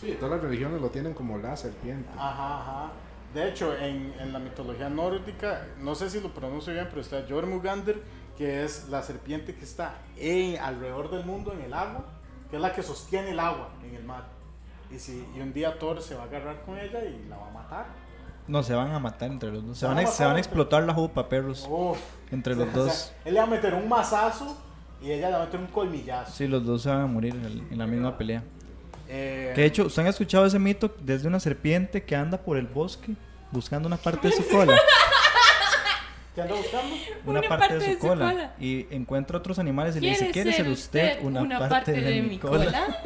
S4: Sí, todas las religiones lo tienen como la serpiente.
S2: Ajá, ajá. De hecho, en, en la mitología nórdica, no sé si lo pronuncio bien, pero está Jormungandr, que es la serpiente que está en- alrededor del mundo en el agua, que es la que sostiene el agua en el mar. Y, si, y un día Thor se va a agarrar con ella y la va a matar.
S1: No, se van a matar entre los dos. Se
S2: Se
S1: van,
S2: van
S1: a,
S2: a
S1: se van a
S2: Ah. matar entre- Oh.
S1: explotar la jupa, perros.
S2: Uf.
S1: Entre
S2: O
S1: los
S2: sea,
S1: dos.
S2: él le va a meter un mazazo y ella le va a meter un colmillazo.
S1: Sí, los dos se van a morir en, el- en la misma pelea.
S2: Eh,
S1: De hecho, ¿ustedes han escuchado ese mito desde una serpiente que anda por el bosque buscando una parte de su cola?
S2: ¿Qué anda buscando?
S1: Una, parte, de su cola. Y encuentra otros animales y le dice, ¿quiere ser usted una, parte, de, mi cola?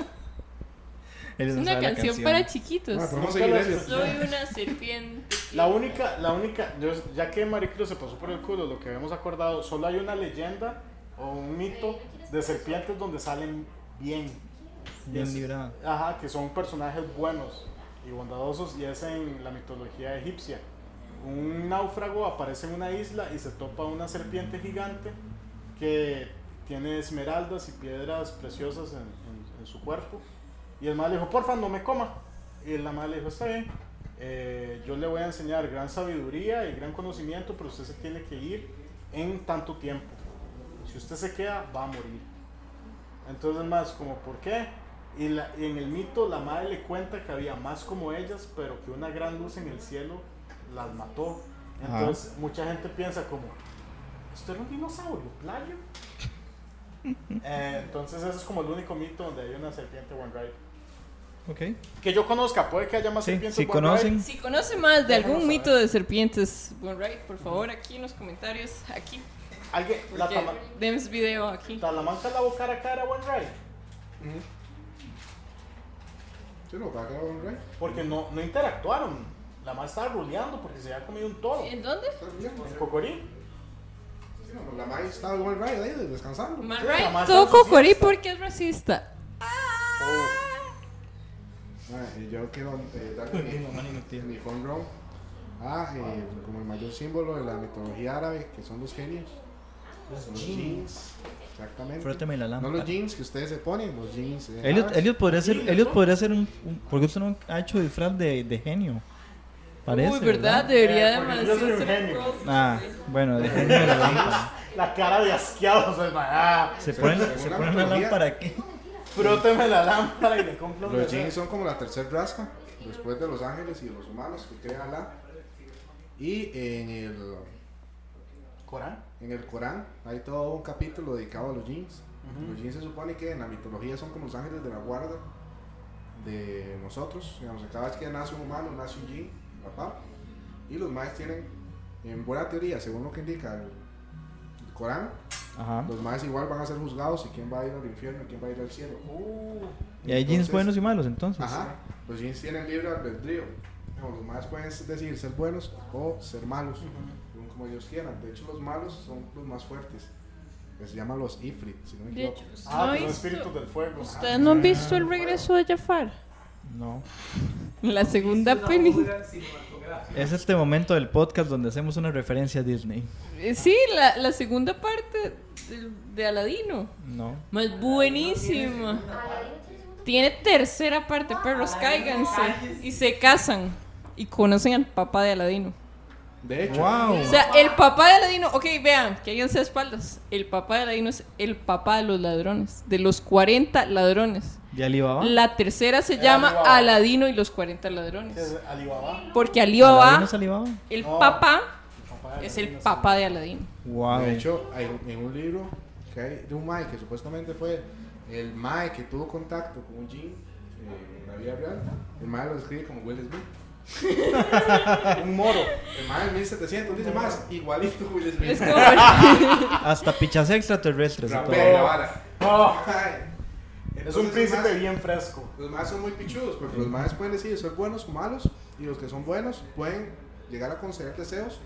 S1: Él
S3: Es
S1: no
S3: una
S1: sabe la
S3: canción, para chiquitos.
S4: Bueno, podemos
S2: pues, Nunca
S4: seguir
S2: lo
S4: Elliot.
S2: escuché.
S3: Soy una serpiente.
S2: La única, la única, yo- ya que Maricruz se pasó por el culo, lo que habíamos acordado, solo hay una leyenda o un mito de serpientes donde salen bien.
S1: Bien
S2: Es-
S1: librada.
S2: Ajá, que son personajes buenos y bondadosos y es en la mitología egipcia. Un náufrago aparece en una isla y se topa una serpiente gigante que tiene esmeraldas y piedras preciosas en, en- en su cuerpo. Y el mal dijo, porfa, no me coma. Y la madre le dijo, está bien, eh, yo le voy a enseñar gran sabiduría y gran conocimiento, pero usted se tiene que ir en tanto tiempo. Si usted se queda, va a morir. Entonces más como, ¿por qué? Y, la- y en el mito la madre le cuenta que había más como ellas, pero que una gran luz en el cielo las mató.
S1: Ajá.
S2: Entonces, mucha gente piensa como, ¿usted era un dinosaurio, playo? Eh, entonces, eso es como el único mito donde hay una serpiente One Ride.
S1: Ok.
S2: Que yo conozca, puede que haya más
S1: Sí,
S2: serpientes
S1: si
S2: One
S1: conocen.
S3: Si conoce más de
S2: Déjanos
S3: algún
S2: saber.
S3: mito de serpientes, Bonright, por favor, aquí en los comentarios, aquí.
S2: Ride. Alguien, la
S3: Porque
S2: tama
S3: demos video aquí.
S2: Talamanca la cara a cara One Ride.
S4: Sí, no, para que haga un rey.
S2: Porque no, no interactuaron. La más estaba ruleando porque se había comido un toro.
S3: ¿En dónde?
S4: Está bien,
S2: En Cocorí.
S4: sí, no, la madre estaba en buen rey ahí descansando.
S3: Manright
S2: jamás
S3: todo
S2: racista.
S3: cocorí porque es racista.
S4: Ah, y yo quiero eh, darle mi,
S1: Mi mamá ni me tira.
S4: mi home run a, eh, como el mayor símbolo de la mitología árabe, que son los genios. Los, jeans. Exactamente.
S1: Fróteme la
S4: no
S1: lámpara.
S4: los jeans que ustedes se ponen, los jeans. eh,
S1: Elliot,
S4: árabes.
S1: Elliot podría ser, Elliot podría ser un, un- Porque usted no ha hecho disfraz de, de genio. Parece.
S3: Uy, ¿verdad? Debería
S2: Eh,
S3: de
S2: porque yo soy un
S3: amanecer
S2: genio.
S3: ser-
S1: Ah, bueno, de genio de la lámpara.
S2: La cara de asqueado, o sea, ah,
S1: Se ponen,
S4: Según
S1: se
S4: la
S1: ponen la
S4: mitología-
S1: lámpara aquí.
S2: fróteme la lámpara y le compro un
S4: Los
S2: deseo.
S4: jeans son como la tercer rasca, después de los ángeles y de los humanos que crea Alá. Y en el,
S2: ¿Corán?
S4: en el Corán hay todo un capítulo dedicado a los jeans. Los jeans se supone que en la mitología son como los ángeles de la guarda de nosotros. Digamos, cada vez que nace un humano, nace un jean, papá. Y los maes tienen, en buena teoría, según lo que indica el, el Corán,
S1: Ajá.
S4: los maes igual van a ser juzgados y quién va a ir al infierno y quién va a ir al cielo.
S2: Uh,
S1: Y hay jeans
S4: Entonces-
S1: buenos y malos, entonces.
S4: Ajá. Los jeans tienen libre albedrío. No, los más pueden decir ser buenos o ser malos, según como ellos quieran. De hecho, los malos son los más fuertes. Que se llaman los Ifrit, si no me
S3: De
S4: equivoco.
S3: hecho,
S2: ah,
S3: ¿no
S2: que son
S3: hizo-
S2: espíritus del fuego.
S3: ¿Ustedes no han visto el regreso de Jafar?
S1: No.
S3: La segunda
S5: una
S3: película.
S5: obra cinematográfica.
S1: Es este momento del podcast donde hacemos una referencia a Disney.
S3: Eh, Sí, la, la segunda parte del- de Aladino.
S1: No.
S3: Más buenísima. Tiene tercera parte, perros, cáiganse. Y se casan. Y conocen al papá de Aladino.
S4: De hecho,
S1: ¡Wow!
S3: O sea, el papá de Aladino. Ok, vean, que alguien se espaldas. El papá de Aladino es el papá de los ladrones. De los 40 ladrones.
S1: ¿De Alibaba?
S3: La tercera se
S2: El
S3: llama
S2: Alibaba.
S3: Aladino y los 40
S2: Ah, Que es
S3: ladrones.
S2: Alibaba.
S3: Porque
S1: ¿Aladino
S3: Alibaba,
S1: es Alibaba?
S3: el
S2: No.
S3: papá,
S2: papá de
S3: es
S2: la
S3: el
S2: niña,
S3: papá de Aladino.
S1: ¡Wow!
S4: de hecho hay un- en un libro que hay de un Mae que supuestamente fue el Mae que tuvo contacto con un jean eh, en la vida real. El Mae lo describe como Will Smith.
S2: sí. Un moro.
S4: El Mae en 1700 dice más, igualito Will Smith.
S3: Es como.
S1: Hasta pichas extraterrestres. y todo.
S4: Rapea y la vara.
S2: Oh,
S4: Ay.
S2: es
S4: Entonces,
S2: un
S4: el
S2: príncipe
S4: mae-
S2: bien fresco.
S4: Los más son muy pichudos, porque los más pueden decidir ser buenos o malos, y los que son buenos pueden llegar a conceder deseos,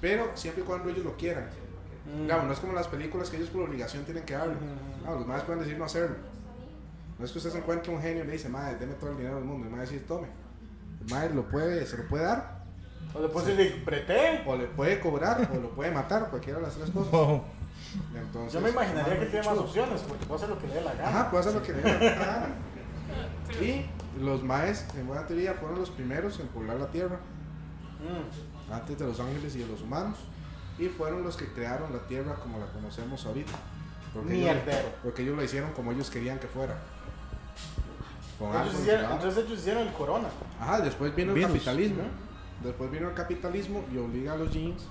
S4: pero siempre y cuando ellos lo quieran.
S2: Mm.
S4: Claro, no es como las películas que ellos por obligación tienen que darlo. No, los más pueden decir no hacerlo. No es que usted se encuentre un genio y le dice, madre, deme todo el dinero del mundo, y el mae decir, tome. El mae lo puede, se lo puede dar,
S2: O le puse de preté.
S4: o le puede cobrar, o lo puede matar, cualquiera de las tres cosas.
S1: Wow.
S4: Entonces,
S2: Yo me
S4: son
S2: imaginaría que
S4: muy
S2: tiene más
S4: pichudos.
S2: opciones porque puede hacer lo que le dé la gana.
S4: Ajá, puede hacer lo que le dé la gana. Y los maes, en buena teoría, fueron los primeros en poblar la tierra,
S2: Mm.
S4: antes de los ángeles y de los humanos, y fueron los que crearon la tierra como la conocemos ahorita. Porque,
S2: Mierdero.
S4: Ellos, porque ellos lo hicieron como ellos querían que fuera. Con
S2: Ellos
S4: árboles,
S2: hicieron-
S4: ¿verdad?
S2: entonces ellos hicieron el corona.
S4: Ajá, después vino el
S1: Virus.
S4: capitalismo. Después vino el capitalismo y obliga a los jeans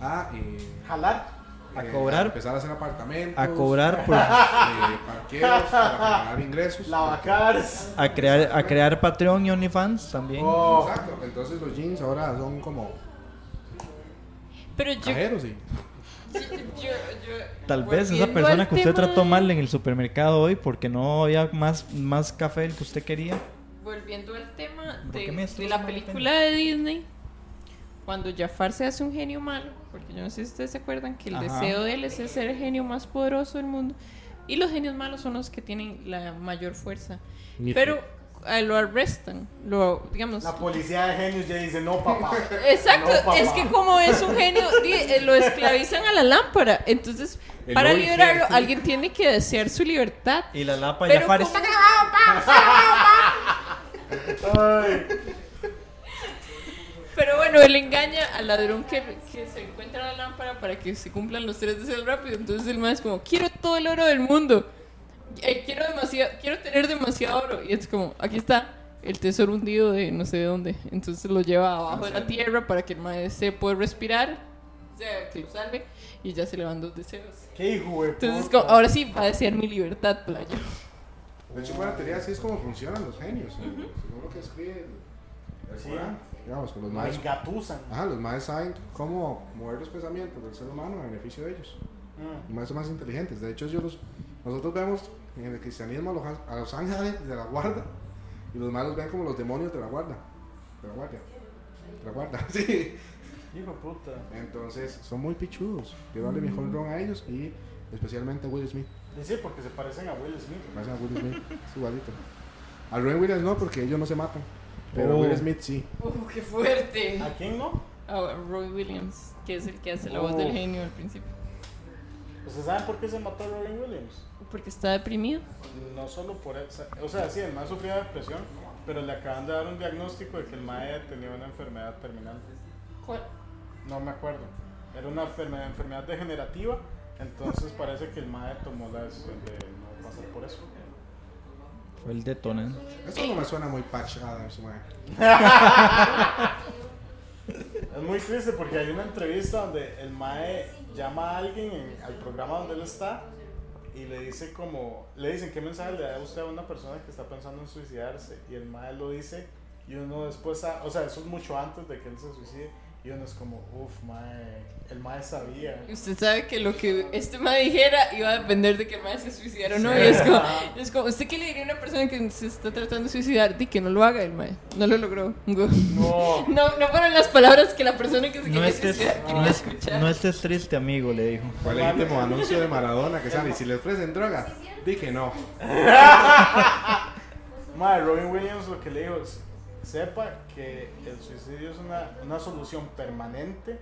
S4: a, eh,
S2: Jalar.
S1: A
S4: eh,
S1: cobrar.
S4: empezar a hacer apartamentos,
S1: A cobrar por...
S4: eh, parqueos, para generar ingresos.
S2: La vacars.
S1: A crear, a crear Patreon y OnlyFans también.
S2: Oh.
S4: Exacto, entonces los jeans ahora son como
S3: Pero yo.
S4: cajeros y
S1: Tal vez esa persona que usted trató mal en el supermercado hoy porque no había más, más café del que usted quería.
S3: Volviendo al tema
S1: ¿Por
S3: de,
S1: qué me
S3: de
S1: estás
S3: la
S1: hablando de
S3: película de Disney, cuando Jafar se hace un genio malo, porque yo no sé si ustedes se acuerdan que el
S1: Ajá.
S3: deseo de él es ser el genio más poderoso del mundo, y los genios malos son los que tienen la mayor fuerza. Pero eh, lo arrestan, lo, digamos...
S2: La policía de genios ya dice, no papá.
S3: Exacto,
S2: No, papá.
S3: es que como es un genio, di- eh, lo esclavizan a la lámpara, entonces
S4: El
S3: para
S4: lobby
S3: liberarlo
S4: fiel.
S3: alguien tiene que desear su libertad.
S1: Y la lapa y
S3: Pero
S1: la fares.
S3: ¿cómo-
S2: Ay.
S3: Pero bueno, él engaña al ladrón que, que se encuentra la lámpara para que se cumplan los tres deseos rápido. Entonces el man es como, quiero todo el oro del mundo. Eh, quiero demasiado, quiero tener demasiado oro. Y es como, aquí está. el tesoro hundido de no sé dónde. Entonces lo lleva abajo de la tierra para que el maestro pueda respirar, o sea, que lo salve, y ya se le van dos deseos.
S2: Qué hijo de
S3: Entonces,
S2: puta.
S3: co- ahora sí va a desear mi libertad, playa.
S4: De hecho, con la teoría así es como funcionan los genios. Según lo que escribe el, el
S2: Sí.
S4: Corán, digamos, que los
S2: Mae,
S4: maestros
S2: gatusan.
S4: Ajá, los maes saben cómo mover los pensamientos del ser humano a beneficio de ellos.
S2: Mm.
S4: Los maes son más inteligentes. De hecho, ellos los- nosotros vemos en el cristianismo a los, a los ángeles de la guarda y los maes los ven como los demonios de la guarda. De la guardia. De la guarda, sí.
S2: Hijo de puta.
S4: Entonces, son muy pichudos. Yo darle mi home run a ellos y especialmente a Will Smith.
S2: Y sí, porque se parecen a Will Smith.
S4: Me parecen a Will Smith, es igualito. A Robin Williams no, porque ellos no se matan. Pero a
S1: Oh.
S4: Will Smith sí.
S3: ¡Uh, qué fuerte!
S2: ¿A quién no?
S3: A Ah, Roy Williams, que es el que hace la voz
S2: Oh.
S3: del genio al principio.
S2: ¿Ustedes saben por qué Pues, se mató a Robin Williams?
S3: Porque está deprimido.
S2: No solo por eso. O sea, sí, el mae sufría de depresión, pero le acaban de dar un diagnóstico de que el mae tenía una enfermedad terminal. No me acuerdo. Era una enfermedad, enfermedad degenerativa, entonces parece que el mae tomó la decisión de no pasar por eso.
S1: Fue el detonante.
S4: Eso no me suena muy Patch Adams, mae.
S2: Es muy triste porque hay una entrevista donde el mae llama a alguien en- al programa donde él está y le dice como, le dicen qué mensaje le da usted a una persona que está pensando en suicidarse y el mae lo dice y uno después, sa- o sea, eso es mucho antes de que él se suicide y uno es como, uff, mae, el mae sabía.
S3: Y Usted sabe que lo que este ma dijera iba a depender de que el ma se suicidara o no. Y es como, es como, ¿usted qué le diría a una persona que se está tratando de suicidar? Di que no lo haga el ma. No lo logró. No,
S2: No,
S3: no fueron las palabras que la persona que se
S1: No
S3: quería
S1: estés,
S3: suicidar
S1: no,
S3: quería
S1: es-
S3: escuchar.
S1: no estés triste, amigo, le dijo.
S4: Fue el último anuncio de Maradona que sale. Y si le ofrecen droga, dije no.
S2: mae, Robin Williams lo que le dijo es, sepa que el suicidio es una, una solución permanente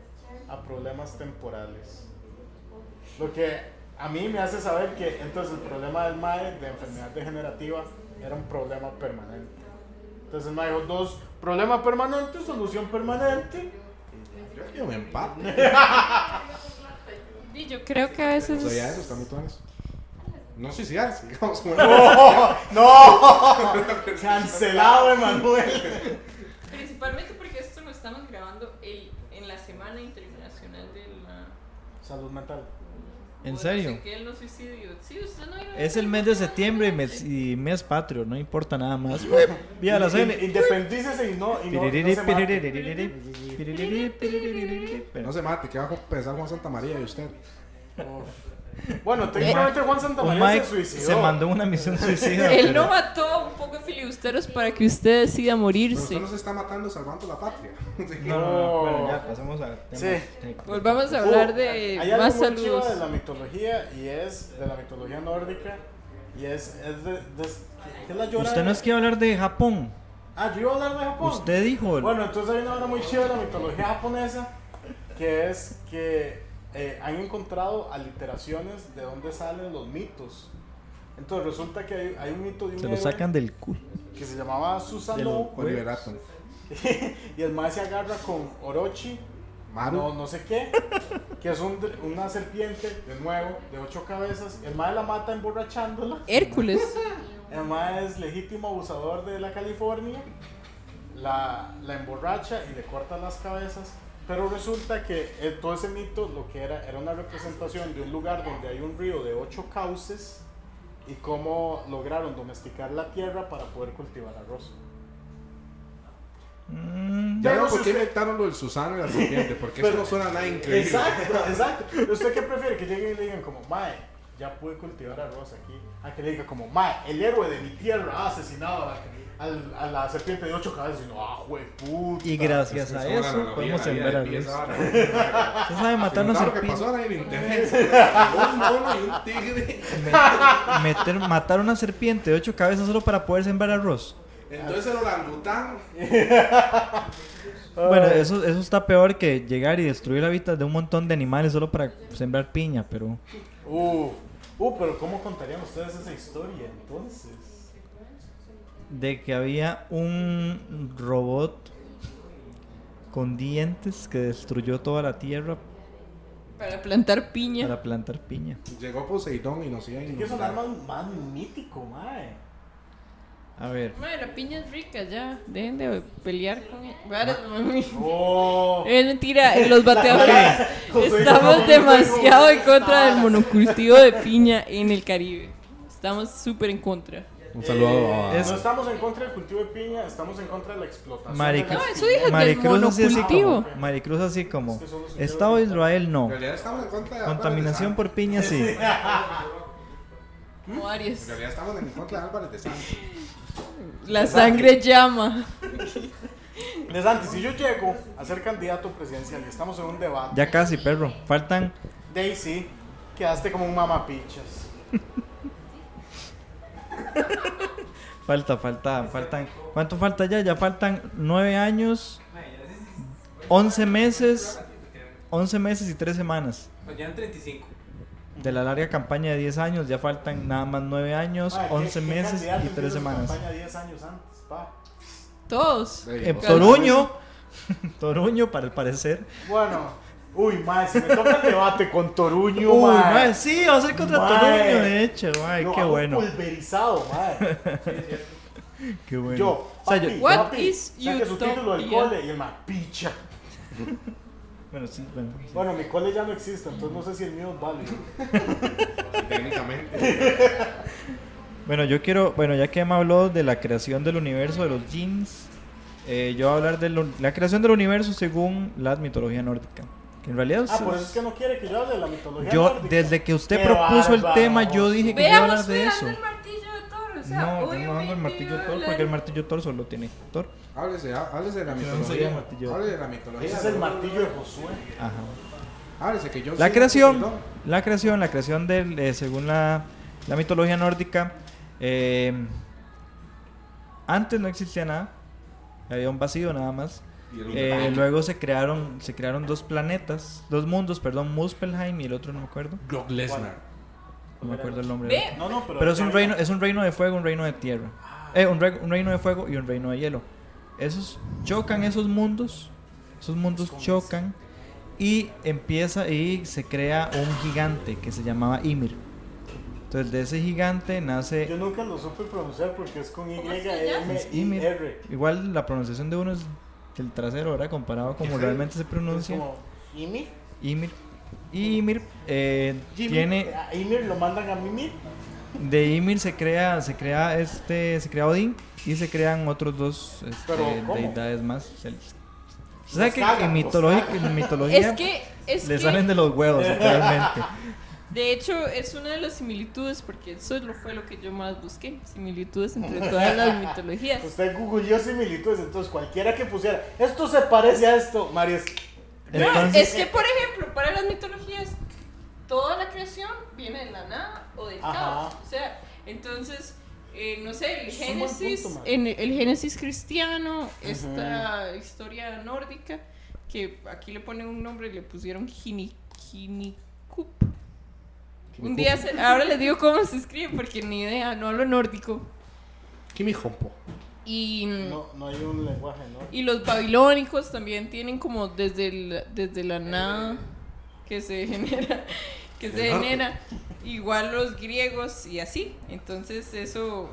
S2: a problemas temporales. Lo que a mí me hace saber que entonces el problema del MAE de enfermedad degenerativa era un problema permanente. Entonces el MAE dijo dos, problema permanente, solución permanente.
S4: Yo quiero un empate.
S3: Y yo creo que a veces.
S4: Soy a eso, están mutuales. No suicidarse, digamos. como-
S2: ¡No! Cancelado, Emanuel.
S3: Principalmente porque esto lo estamos grabando el, en la Semana Internacional de la.
S2: Salud mental.
S1: ¿En
S3: o de
S1: serio?
S3: No sé qué, los suicidios. Sí, usted no iba a-
S1: Es el mes de septiembre y mes, y mes patrio, no importa nada más. Vía la
S2: In-
S1: cele.
S2: Independícese y no, y no, no se mate.
S4: No se mate, ¿qué va a pensar Juan Santa María y usted?
S2: Uf. Bueno, técnicamente Juan Santa
S1: Un
S2: María
S1: Mike
S2: se suicidó.
S1: se mandó una misión suicida.
S3: Él
S1: pero-
S3: no mató un poco de filibusteros para que usted decida
S4: Pero usted
S3: morirse.
S4: no se está matando salvando la patria. Así que-
S1: No, no, no, bueno, ya
S2: No.
S1: pasemos a temas
S2: Sí.
S1: técnicos.
S3: Volvamos a
S2: Uh,
S3: hablar de
S2: hay algo
S3: más
S2: muy chido
S3: saludos.
S2: de la mitología y es de la mitología nórdica y es, es de, de- ¿qué es la llora?
S1: Usted no es que iba a hablar de Japón.
S2: Ah, yo iba a hablar de Japón.
S1: Usted dijo.
S2: Bueno, entonces hay una obra muy chida de la mitología japonesa que es que eh, han encontrado aliteraciones de dónde salen los mitos. Entonces resulta que hay, hay un mito de un
S1: Se lo
S2: héroe
S1: sacan del culo.
S2: que se llamaba
S1: de los
S2: Susanoo
S1: huevos.
S4: Oliverato.
S2: y el más se agarra con Orochi
S4: Maru.
S2: No, no sé qué. Que es un- una serpiente, de nuevo, de ocho cabezas. El mae la mata emborrachándola.
S3: Hércules.
S2: El mae es legítimo abusador de la California. La, la emborracha y le corta las cabezas. Pero resulta que eh, todo ese mito lo que era era una representación de un lugar donde hay un río de ocho cauces y cómo lograron domesticar la tierra para poder cultivar arroz.
S1: Mm,
S4: Ya
S2: Pero
S4: veo
S2: si
S4: por qué
S2: usted-
S4: inventaron lo del Susano y la serpiente, porque
S2: Pero-
S4: eso no suena nada increíble.
S2: Exacto, exacto. ¿Usted qué prefiere? Que lleguen y le digan como, Mae, ya pude cultivar arroz aquí. A que le diga como, Mae, el héroe de mi tierra ha asesinado a la, al- a la serpiente de ocho cabezas. Y no, ah, jueputa.
S1: Y
S4: Es
S1: gracias
S4: una
S1: a eso
S4: analogía,
S1: podemos
S4: la vida
S1: sembrar a
S4: de pie,
S1: Luis.
S4: esa
S1: Usted
S4: vara.
S1: sabe matar
S4: Si
S1: una
S4: no sabe lo que pasó
S1: serpiente.
S4: ahora en internet. Un mono y un tigre.
S1: meter- matar una serpiente de ocho cabezas solo para poder sembrar arroz.
S4: Entonces el orangután.
S2: Ah,
S1: Bueno, eso, eso está peor que llegar y destruir la vida de un montón de animales solo para sembrar piña, pero
S2: Uh, uh, pero ¿cómo contarían ustedes esa historia entonces?
S1: de que había un robot con dientes que destruyó toda la tierra
S3: Para plantar piña.
S1: para plantar piña.
S4: Llegó Poseidón y nos iba a
S2: Es que es un arma
S4: inundar.
S2: más mítico, Mae.
S1: A ver.
S3: Madre, la piña es rica ya. Dejen de pelear con ella. Varas,
S1: Ah.
S3: mami.
S2: Oh.
S3: Es mentira, eh, los bateadores. Estamos demasiado en contra del monocultivo de piña en el Caribe. Estamos súper en contra.
S6: Un saludo a.
S1: es-
S2: Eh, No estamos en contra del cultivo de piña, estamos en contra de la explotación.
S1: Marica.
S2: de
S3: No,
S2: las
S3: eso
S2: piñas.
S3: dijo del
S1: Maricruz así, así
S3: monocultivo.
S1: como. Maricruz así como.
S2: que solo se
S1: Estado de Israel no.
S4: En realidad estamos en contra de Álvarez de
S1: Contaminación
S4: Santa.
S1: por piña sí.
S2: ¿Mm?
S3: Como
S4: En
S3: Oh, Aries.
S4: realidad estamos en contra de Álvarez de Santa.
S3: La sangre llama.
S2: Les antes, si yo llego a ser candidato presidencial y estamos en un debate,
S1: Ya casi, perro. Faltan.
S2: Daisy, quedaste como un mamapichas.
S1: Falta, falta, faltan. ¿Cuánto falta ya? Ya faltan nueve años, once meses, once meses y tres semanas.
S5: Nos llevan 35.
S1: De la larga campaña de 10 años, ya faltan nada más nueve años,
S2: Madre, Ah, ¿qué-
S1: once
S2: qué
S1: meses
S2: candidato
S1: y
S2: hizo
S1: tres
S2: su
S1: semanas.
S2: campaña 10 años antes, pa?
S3: Todos.
S4: Sí,
S1: Eh,
S4: vos-
S1: Toruño, Toruño, para el parecer.
S2: Bueno, uy, mae, si me toca el debate con Toruño,
S1: Uy,
S2: mae,
S1: mae, sí, va a ser contra
S2: Mae.
S1: Toruño, de hecho, mae,
S2: lo
S1: qué
S2: hago
S1: bueno,
S2: pulverizado, mae.
S1: qué bueno.
S2: Yo,
S1: O sea, yo-
S2: papi,
S3: What
S2: papi,
S3: is
S2: saque su título del
S3: utopia?
S2: cole y el mapicha.
S1: bueno, sí, bueno, sí.
S2: Bueno, mi cole ya no existe, entonces no sé si el mío es válido.
S4: Técnicamente.
S1: Bueno, yo quiero, bueno, ya que Emma habló de la creación del universo de los jeans, eh, yo voy a hablar de lo- la creación del universo según la mitología nórdica. Que en realidad
S2: Ah,
S1: es-
S2: por eso es que no quiere que yo hable de la mitología.
S1: yo
S2: nórdica.
S1: desde que usted
S2: Qué
S1: propuso el
S2: bárbaro.
S1: tema, yo dije que yo iba a hablar
S3: Veamos
S1: de eso.
S3: el martillo de Thor. O sea,
S1: No, yo no ando el
S3: obviamente
S1: martillo
S3: iba a
S1: Thor
S3: hablar-
S1: porque el martillo Thor solo tiene Thor.
S4: Háblese, há- háblese de la
S1: Pero no sería
S4: mitología.
S1: martillo.
S4: Háblese de la mitología.
S2: Ese es el martillo de Josué.
S1: Ajá.
S4: Háblese que yo
S1: La
S4: Pues sí-
S1: creación, la creación, la creación del, eh, según la, la mitología nórdica, eh, antes no existía nada, había un vacío nada más.
S4: Y el
S1: Eh, luego se crearon, se crearon dos planetas, dos mundos, perdón, Muspelheim y el otro no me acuerdo,
S6: Brock Lesnar.
S1: no me acuerdo el nombre.
S3: Ve.
S1: del otro.
S2: No, no, pero.
S1: Pero es un reino, es un reino de fuego, un reino de tierra,
S2: Ah.
S1: Eh, un, re- un reino de fuego y un reino de hielo. Esos chocan esos mundos, esos mundos chocan y empieza y se crea un gigante que se llamaba Ymir. Entonces de ese gigante nace
S2: Yo nunca lo supe pronunciar porque es con Y,
S3: ¿Cómo se llama?
S2: M,
S1: Es
S2: I,
S1: Ymir.
S2: R.
S1: Igual la pronunciación de uno es del trasero, ahora comparado a como realmente se
S2: Es
S1: pronuncia.
S2: como. ¿Ymir?
S1: Ymir. Y Ymir eh,
S2: Jimmy.
S1: tiene
S2: A Ymir ah, lo mandan a Mimir.
S1: de Ymir se crea se crea este se crea Odín y se crean otros dos este,
S2: Pero, ¿cómo?
S1: deidades más. Se- O sea
S2: Los
S1: que
S2: cagan,
S1: en
S2: los
S1: mitológica- en mitología
S3: Es que. Es
S1: le
S3: que,
S1: salen de los huevos realmente.
S3: De hecho, es una de las similitudes, porque eso lo fue lo que yo más busqué. Similitudes entre todas las mitologías.
S2: Usted googleó similitudes, entonces cualquiera que pusiera. Esto se parece a esto, Mario.
S3: No,
S1: Entonces
S3: Ah, es que, por ejemplo, para las mitologías, toda la creación viene de la nada o del
S2: Ajá.
S3: caos. O sea, entonces, eh, no sé, el
S2: Es un buen
S3: Génesis,
S2: punto, man.
S3: en el Génesis cristiano, esta historia nórdica, que aquí le ponen un nombre, le pusieron Gini- Ginikup. Un día, se- ahora les digo cómo se escribe, porque ni idea, no hablo nórdico.
S6: Kimi Hompo.
S3: Y...
S2: No, no hay un lenguaje, ¿no?
S3: Y los babilónicos también tienen como desde, el- desde la nada que se genera, que se genera. Igual los griegos y así. Entonces eso,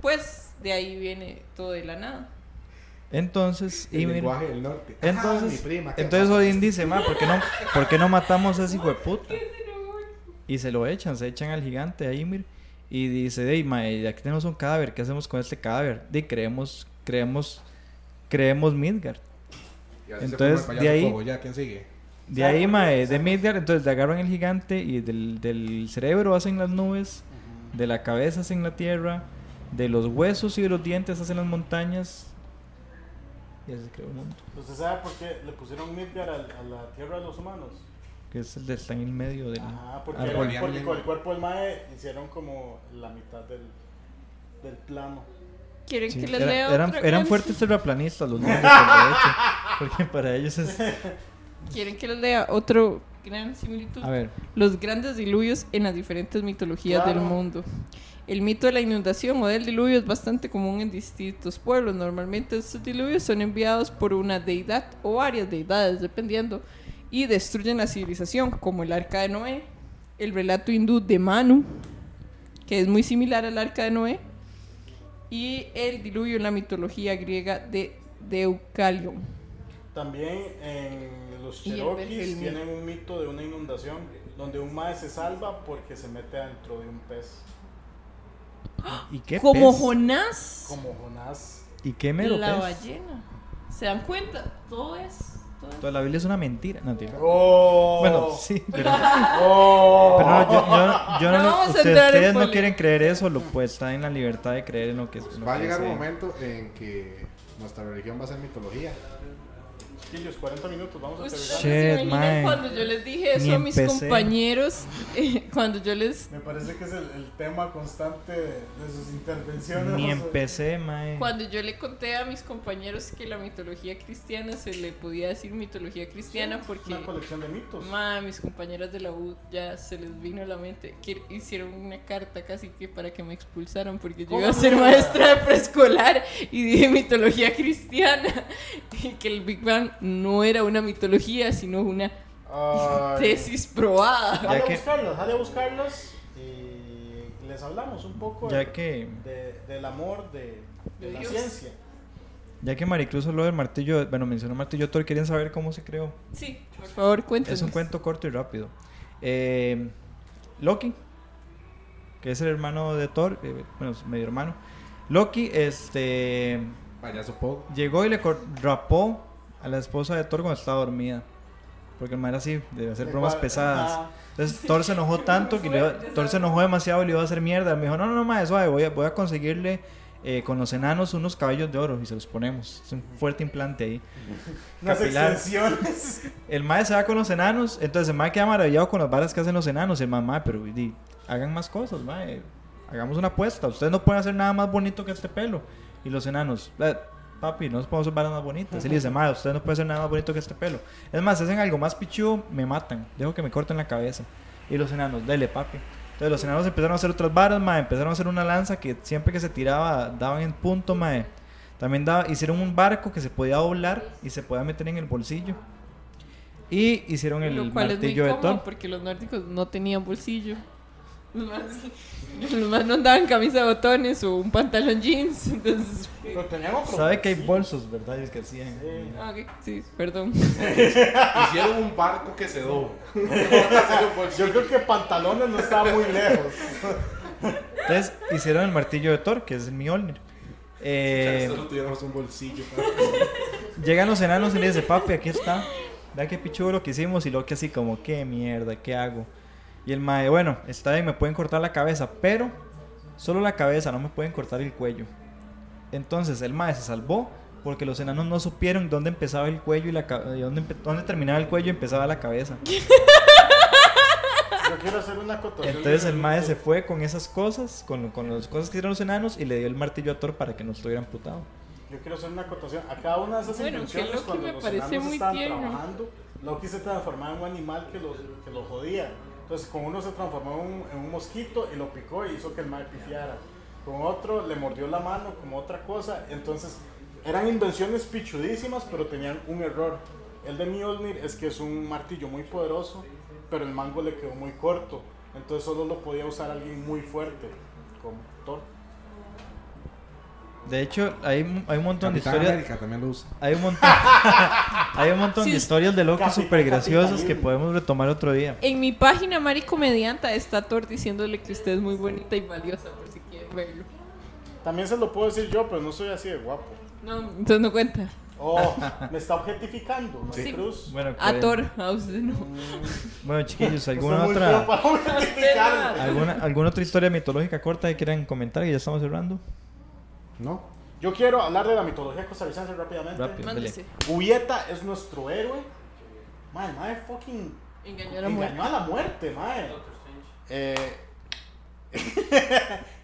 S3: pues de ahí viene todo de la nada.
S1: entonces
S4: El
S1: Ymir
S4: lenguaje del norte. Ah, mi
S1: entonces,
S4: prima, ¿qué
S1: entonces
S4: pasa?
S1: Odín dice, ma, ¿por qué no, ¿por qué no matamos a ese hijo de puta? Y se lo echan, se echan al gigante, a Ymir. Y dice, Dey, mae, aquí tenemos un cadáver, ¿qué hacemos con este cadáver? De creemos, creemos, creemos Midgard.
S4: Y así se
S1: entonces,
S4: forma el
S1: de ahí-
S4: payaso Cobo, ya, ¿quién sigue?
S1: De ahí, mae, de Midgard, entonces le agarran el gigante y del, del cerebro hacen las nubes, de la cabeza hacen la tierra, de los huesos y de los dientes hacen las montañas. Y así se creó el mundo,
S2: ¿Usted sabe por qué le pusieron Midgar a, a la tierra de los humanos?
S1: que es el de está en el medio del
S2: Ajá, Ah, porque,
S1: árbol.
S4: era-
S2: porque con el cuerpo del Mae hicieron como la mitad del, del plano.
S3: ¿Quieren
S1: Sí,
S3: que les
S1: era-
S3: lea
S1: eran,
S3: otra
S1: eran
S3: cosa?
S1: fuertes terraplanistas los nórdicos, de hecho, porque para ellos es...
S3: ¿Quieren que les lea otro gran similitud?
S1: A ver,
S3: los grandes diluvios en las diferentes mitologías
S2: Claro.
S3: del mundo. El mito de la inundación o del diluvio es bastante común en distintos pueblos. Normalmente estos diluvios son enviados por una deidad o varias deidades, dependiendo, y destruyen la civilización, como el arca de Noé, el relato hindú de Manu, que es muy similar al arca de Noé, y el diluvio en la mitología griega de Deucalion.
S2: También en los
S3: Y el
S2: Cherokees
S3: vergelmín.
S2: tienen un mito de una inundación donde un mae se salva porque se mete adentro de un pez.
S1: ¿Y qué
S3: Como
S1: pez?
S3: Jonás,
S2: Como Jonás.
S1: ¿Y qué mero pues.
S3: la
S1: pez?
S3: ballena. ¿Se dan cuenta? Todo es... todo es-
S1: Toda la Biblia es una mentira. No, mentira.
S2: ¡Oh!
S1: Bueno, sí, pero,
S2: ¡Oh!
S1: pero no, yo, yo- yo
S3: No
S1: no,
S3: vamos a
S1: ustedes,
S3: entrar en
S1: ustedes no
S3: polémica.
S1: quieren creer eso, lo pues está en la libertad de creer en lo que es.
S4: Va a llegar un momento en que nuestra religión va a ser mitología.
S2: Chiquillos, 40 minutos, vamos a
S3: Ustedes
S2: terminar.
S1: Shit,
S3: se imaginan
S1: mae.
S3: cuando yo les dije eso
S1: Ni
S3: a mis
S1: empecé.
S3: compañeros, eh, cuando yo les
S2: Me parece que es el, el tema constante de, de sus intervenciones.
S1: Ni empecé, mae.
S3: Cuando yo le conté a mis compañeros que la mitología cristiana se le podía decir mitología cristiana porque
S2: Una colección de mitos.
S3: ma, mis compañeras de la U ya se les vino a la mente que hicieron una carta casi que para que me expulsaran porque yo iba a ser maestra de preescolar y dije mitología cristiana y que el Big Bang no era una mitología sino una
S2: Ay.
S3: tesis probada.
S2: Dale
S1: Ya
S2: a
S1: que-
S2: buscarlos, dale a buscarlos y les hablamos un poco
S1: Ya
S2: de-
S1: que,
S2: de- del amor de, de
S3: De
S2: la
S3: Dios.
S2: ciencia.
S1: ya que Maricruz habló del martillo, bueno, mencionó el martillo de Thor, ¿quieren saber cómo se creó?
S3: Sí, por favor, cuéntanos.
S1: Es un cuento corto y rápido. Eh, Loki, que es el hermano de Thor, eh, bueno, es medio hermano. Loki, este,
S4: Payaso Pog.
S1: llegó y le cor- rapó a la esposa de Thor cuando estaba dormida. Porque el man era así, debe hacer
S2: De
S1: bromas
S2: cual-
S1: pesadas.
S2: Ajá.
S1: Entonces Thor se enojó tanto que le iba- Thor se enojó demasiado y le iba a hacer mierda. Me dijo, no, no, no, mae, suave, voy a, voy a conseguirle eh, con los enanos unos caballos de oro y se los ponemos. Es un fuerte implante ahí.
S2: Las
S1: Capilar.
S2: extensiones.
S1: El mae se va con los enanos, entonces el mae queda maravillado con las varas que hacen los enanos. El mae, mae, pero di, hagan más cosas, mae. Hagamos una apuesta. Ustedes no pueden hacer nada más bonito que este pelo. Y los enanos, "Eh, papi, no nos podemos hacer varas más bonitas. Y le dice, mae, ustedes no pueden hacer nada más bonito que este pelo. Es más, si hacen algo más pichudo, me matan. Dejo que me corten la cabeza. Y los enanos, dele, papi. Entonces los enanos empezaron a hacer otras varas, mae. Empezaron a hacer una lanza que siempre que se tiraba daban en punto, mae. También daba- hicieron un barco que se podía doblar y se podía meter en el bolsillo. Y hicieron el
S3: Lo cual es muy
S1: martillo de
S3: incómodo
S1: Thor.
S3: porque los nórdicos no tenían bolsillo. Los más, los más no andaban camisa de botones o un pantalón jeans. Entonces,
S2: Pero tenían otro.
S3: pues
S1: Sabe que hay bolsos, ¿verdad? Es que hacían.
S3: ah, ok, sí, perdón.
S6: Hicieron un barco que se dobla.
S2: Yo creo que pantalones no estaba muy lejos.
S1: Entonces hicieron el martillo de Thor, que es el Mjolnir. Eh,
S4: Solo tuviéramos un bolsillo.
S1: llegan los enanos y le dice, papi, aquí está. Vea qué pichudo lo que hicimos. Y Loki así como, qué mierda, qué hago. Y el mae, bueno, está bien, me pueden cortar la cabeza, pero solo la cabeza, no me pueden cortar el cuello. Entonces el mae se salvó porque los enanos no supieron dónde empezaba el cuello y la ca- y dónde, empe- dónde terminaba el cuello y empezaba la cabeza.
S2: Yo quiero hacer una acotación.
S1: Entonces
S2: de
S1: el
S2: ese
S1: mae
S2: mito.
S1: se fue con esas cosas, con, con las cosas que hicieron los enanos y le dio el martillo a Thor para que no estuviera amputado.
S2: Yo quiero hacer una acotación. A cada una de esas
S3: Bueno, que
S2: invenciones,
S3: Loki
S2: cuando
S3: me
S2: los
S3: parece
S2: enanos
S3: muy
S2: estaban
S3: tierno.
S2: trabajando, Loki se transformaba en un animal que los, que los jodía. Entonces, con uno se transformó en un, en un mosquito y lo picó y hizo que el mal pifiara. Con otro le mordió la mano como otra cosa. Entonces, eran invenciones pichudísimas, pero tenían un error. El de Mjolnir es que es un martillo muy poderoso, pero el mango le quedó muy corto. Entonces, solo lo podía usar alguien muy fuerte, como Thor.
S1: De hecho, hay, un- hay un montón de
S4: Capitán
S1: historias.
S4: América también lo usa.
S1: Hay un montón, hay un montón
S3: Sí,
S1: de historias de Loki
S2: Capitán
S1: súper graciosas que
S2: Capitalismo.
S1: podemos retomar otro día.
S3: En mi página Mari Comedianta está Thor diciéndole que usted es muy bonita y valiosa por si quieren verlo.
S2: También se lo puedo decir yo, pero no soy así de guapo.
S3: No, entonces no cuenta.
S2: Oh, me está objetificando, ¿no?
S3: Sí.
S2: Cruz.
S1: Bueno,
S3: A
S1: que-
S3: Thor, a usted no.
S1: bueno chiquillos,
S2: Está
S1: ¿alguna
S2: muy feo
S1: otra,
S2: para objetificarme.
S1: alguna, alguna otra historia mitológica corta que quieran comentar? Que ya estamos cerrando.
S4: No.
S2: Yo quiero hablar de la mitología costarricense rápidamente.
S1: Rápido.
S3: Mándese.
S2: Julieta es nuestro héroe. Mae, mae, fucking
S3: Engañó a la muerte.
S2: engañó a la muerte, mae. Eh,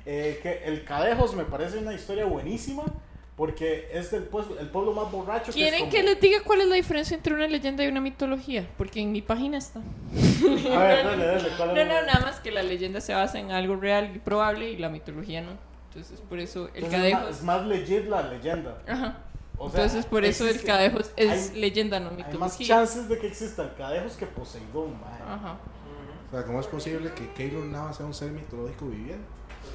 S2: eh, que el Cadejos me parece una historia buenísima porque es del pueblo, el pueblo más borracho. que es
S3: ¿Quieren
S2: como-
S3: que les diga cuál es la diferencia entre una leyenda y una mitología? Porque en mi página está.
S2: A ver, dale, dale, ¿cuál
S3: No,
S2: es
S3: no,
S2: la-
S3: nada más que la leyenda se basa en algo real y probable y la mitología no. Entonces, por eso el
S2: Entonces, es
S3: cadejo
S2: más-
S3: es...
S2: Es más legit la leyenda.
S3: Ajá.
S2: O sea, este-
S3: Entonces, por eso el
S2: existe-
S3: cadejo es- es
S2: hay-
S3: leyenda, no
S2: Hay más
S3: mitología.
S2: chances de que exista el cadejos que Poseidón, mae.
S3: Ajá.
S4: O sea, ¿cómo es posible que Keylor Nava sea un ser mitológico viviente?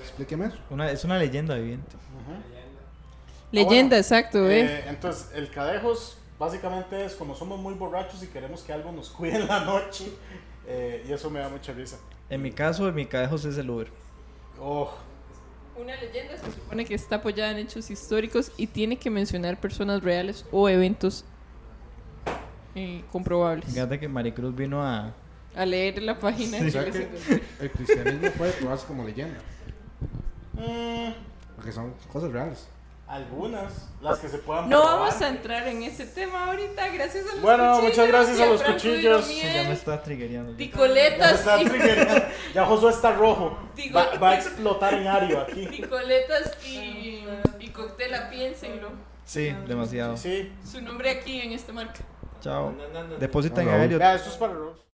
S4: Explíqueme eso.
S1: Una, es una leyenda viviente.
S3: Leyenda,
S2: Ah, bueno.
S3: exacto, ¿eh?
S2: Eh, entonces, el cadejos básicamente es como somos muy borrachos y queremos que algo nos cuide en la noche. eh, y eso me da mucha risa.
S1: En mi caso, mi cadejos es el Uber.
S2: Oh,
S3: Una leyenda se supone que está apoyada en hechos históricos y tiene que mencionar personas reales o eventos eh, comprobables.
S1: Fíjate que Maricruz vino a.
S3: A leer la página.
S4: O sea que el cristianismo puede probarse como leyenda.
S2: mm,
S4: Porque son cosas reales.
S2: algunas, las que se puedan
S3: No
S2: probar.
S3: vamos a entrar en ese tema ahorita, gracias a los
S2: Bueno,
S3: cuchillos
S2: muchas gracias
S3: y
S2: a los
S3: Franco
S2: cuchillos.
S1: Sí, ya me
S3: Hidromiel,
S1: está triggereando.
S2: Ya,
S3: Ticoletas
S2: está
S3: y-
S2: triggereado. Ya Josué está rojo.
S3: Digo-
S2: Va, va a explotar en Ario aquí.
S3: Picoletas y, y coctela, piénsenlo.
S1: Sí, demasiado.
S2: Sí.
S3: Su nombre aquí en este esta marca.
S1: Chao. Deposita en
S4: Hola.
S1: aéreo.
S2: Vea, esto es para Ross.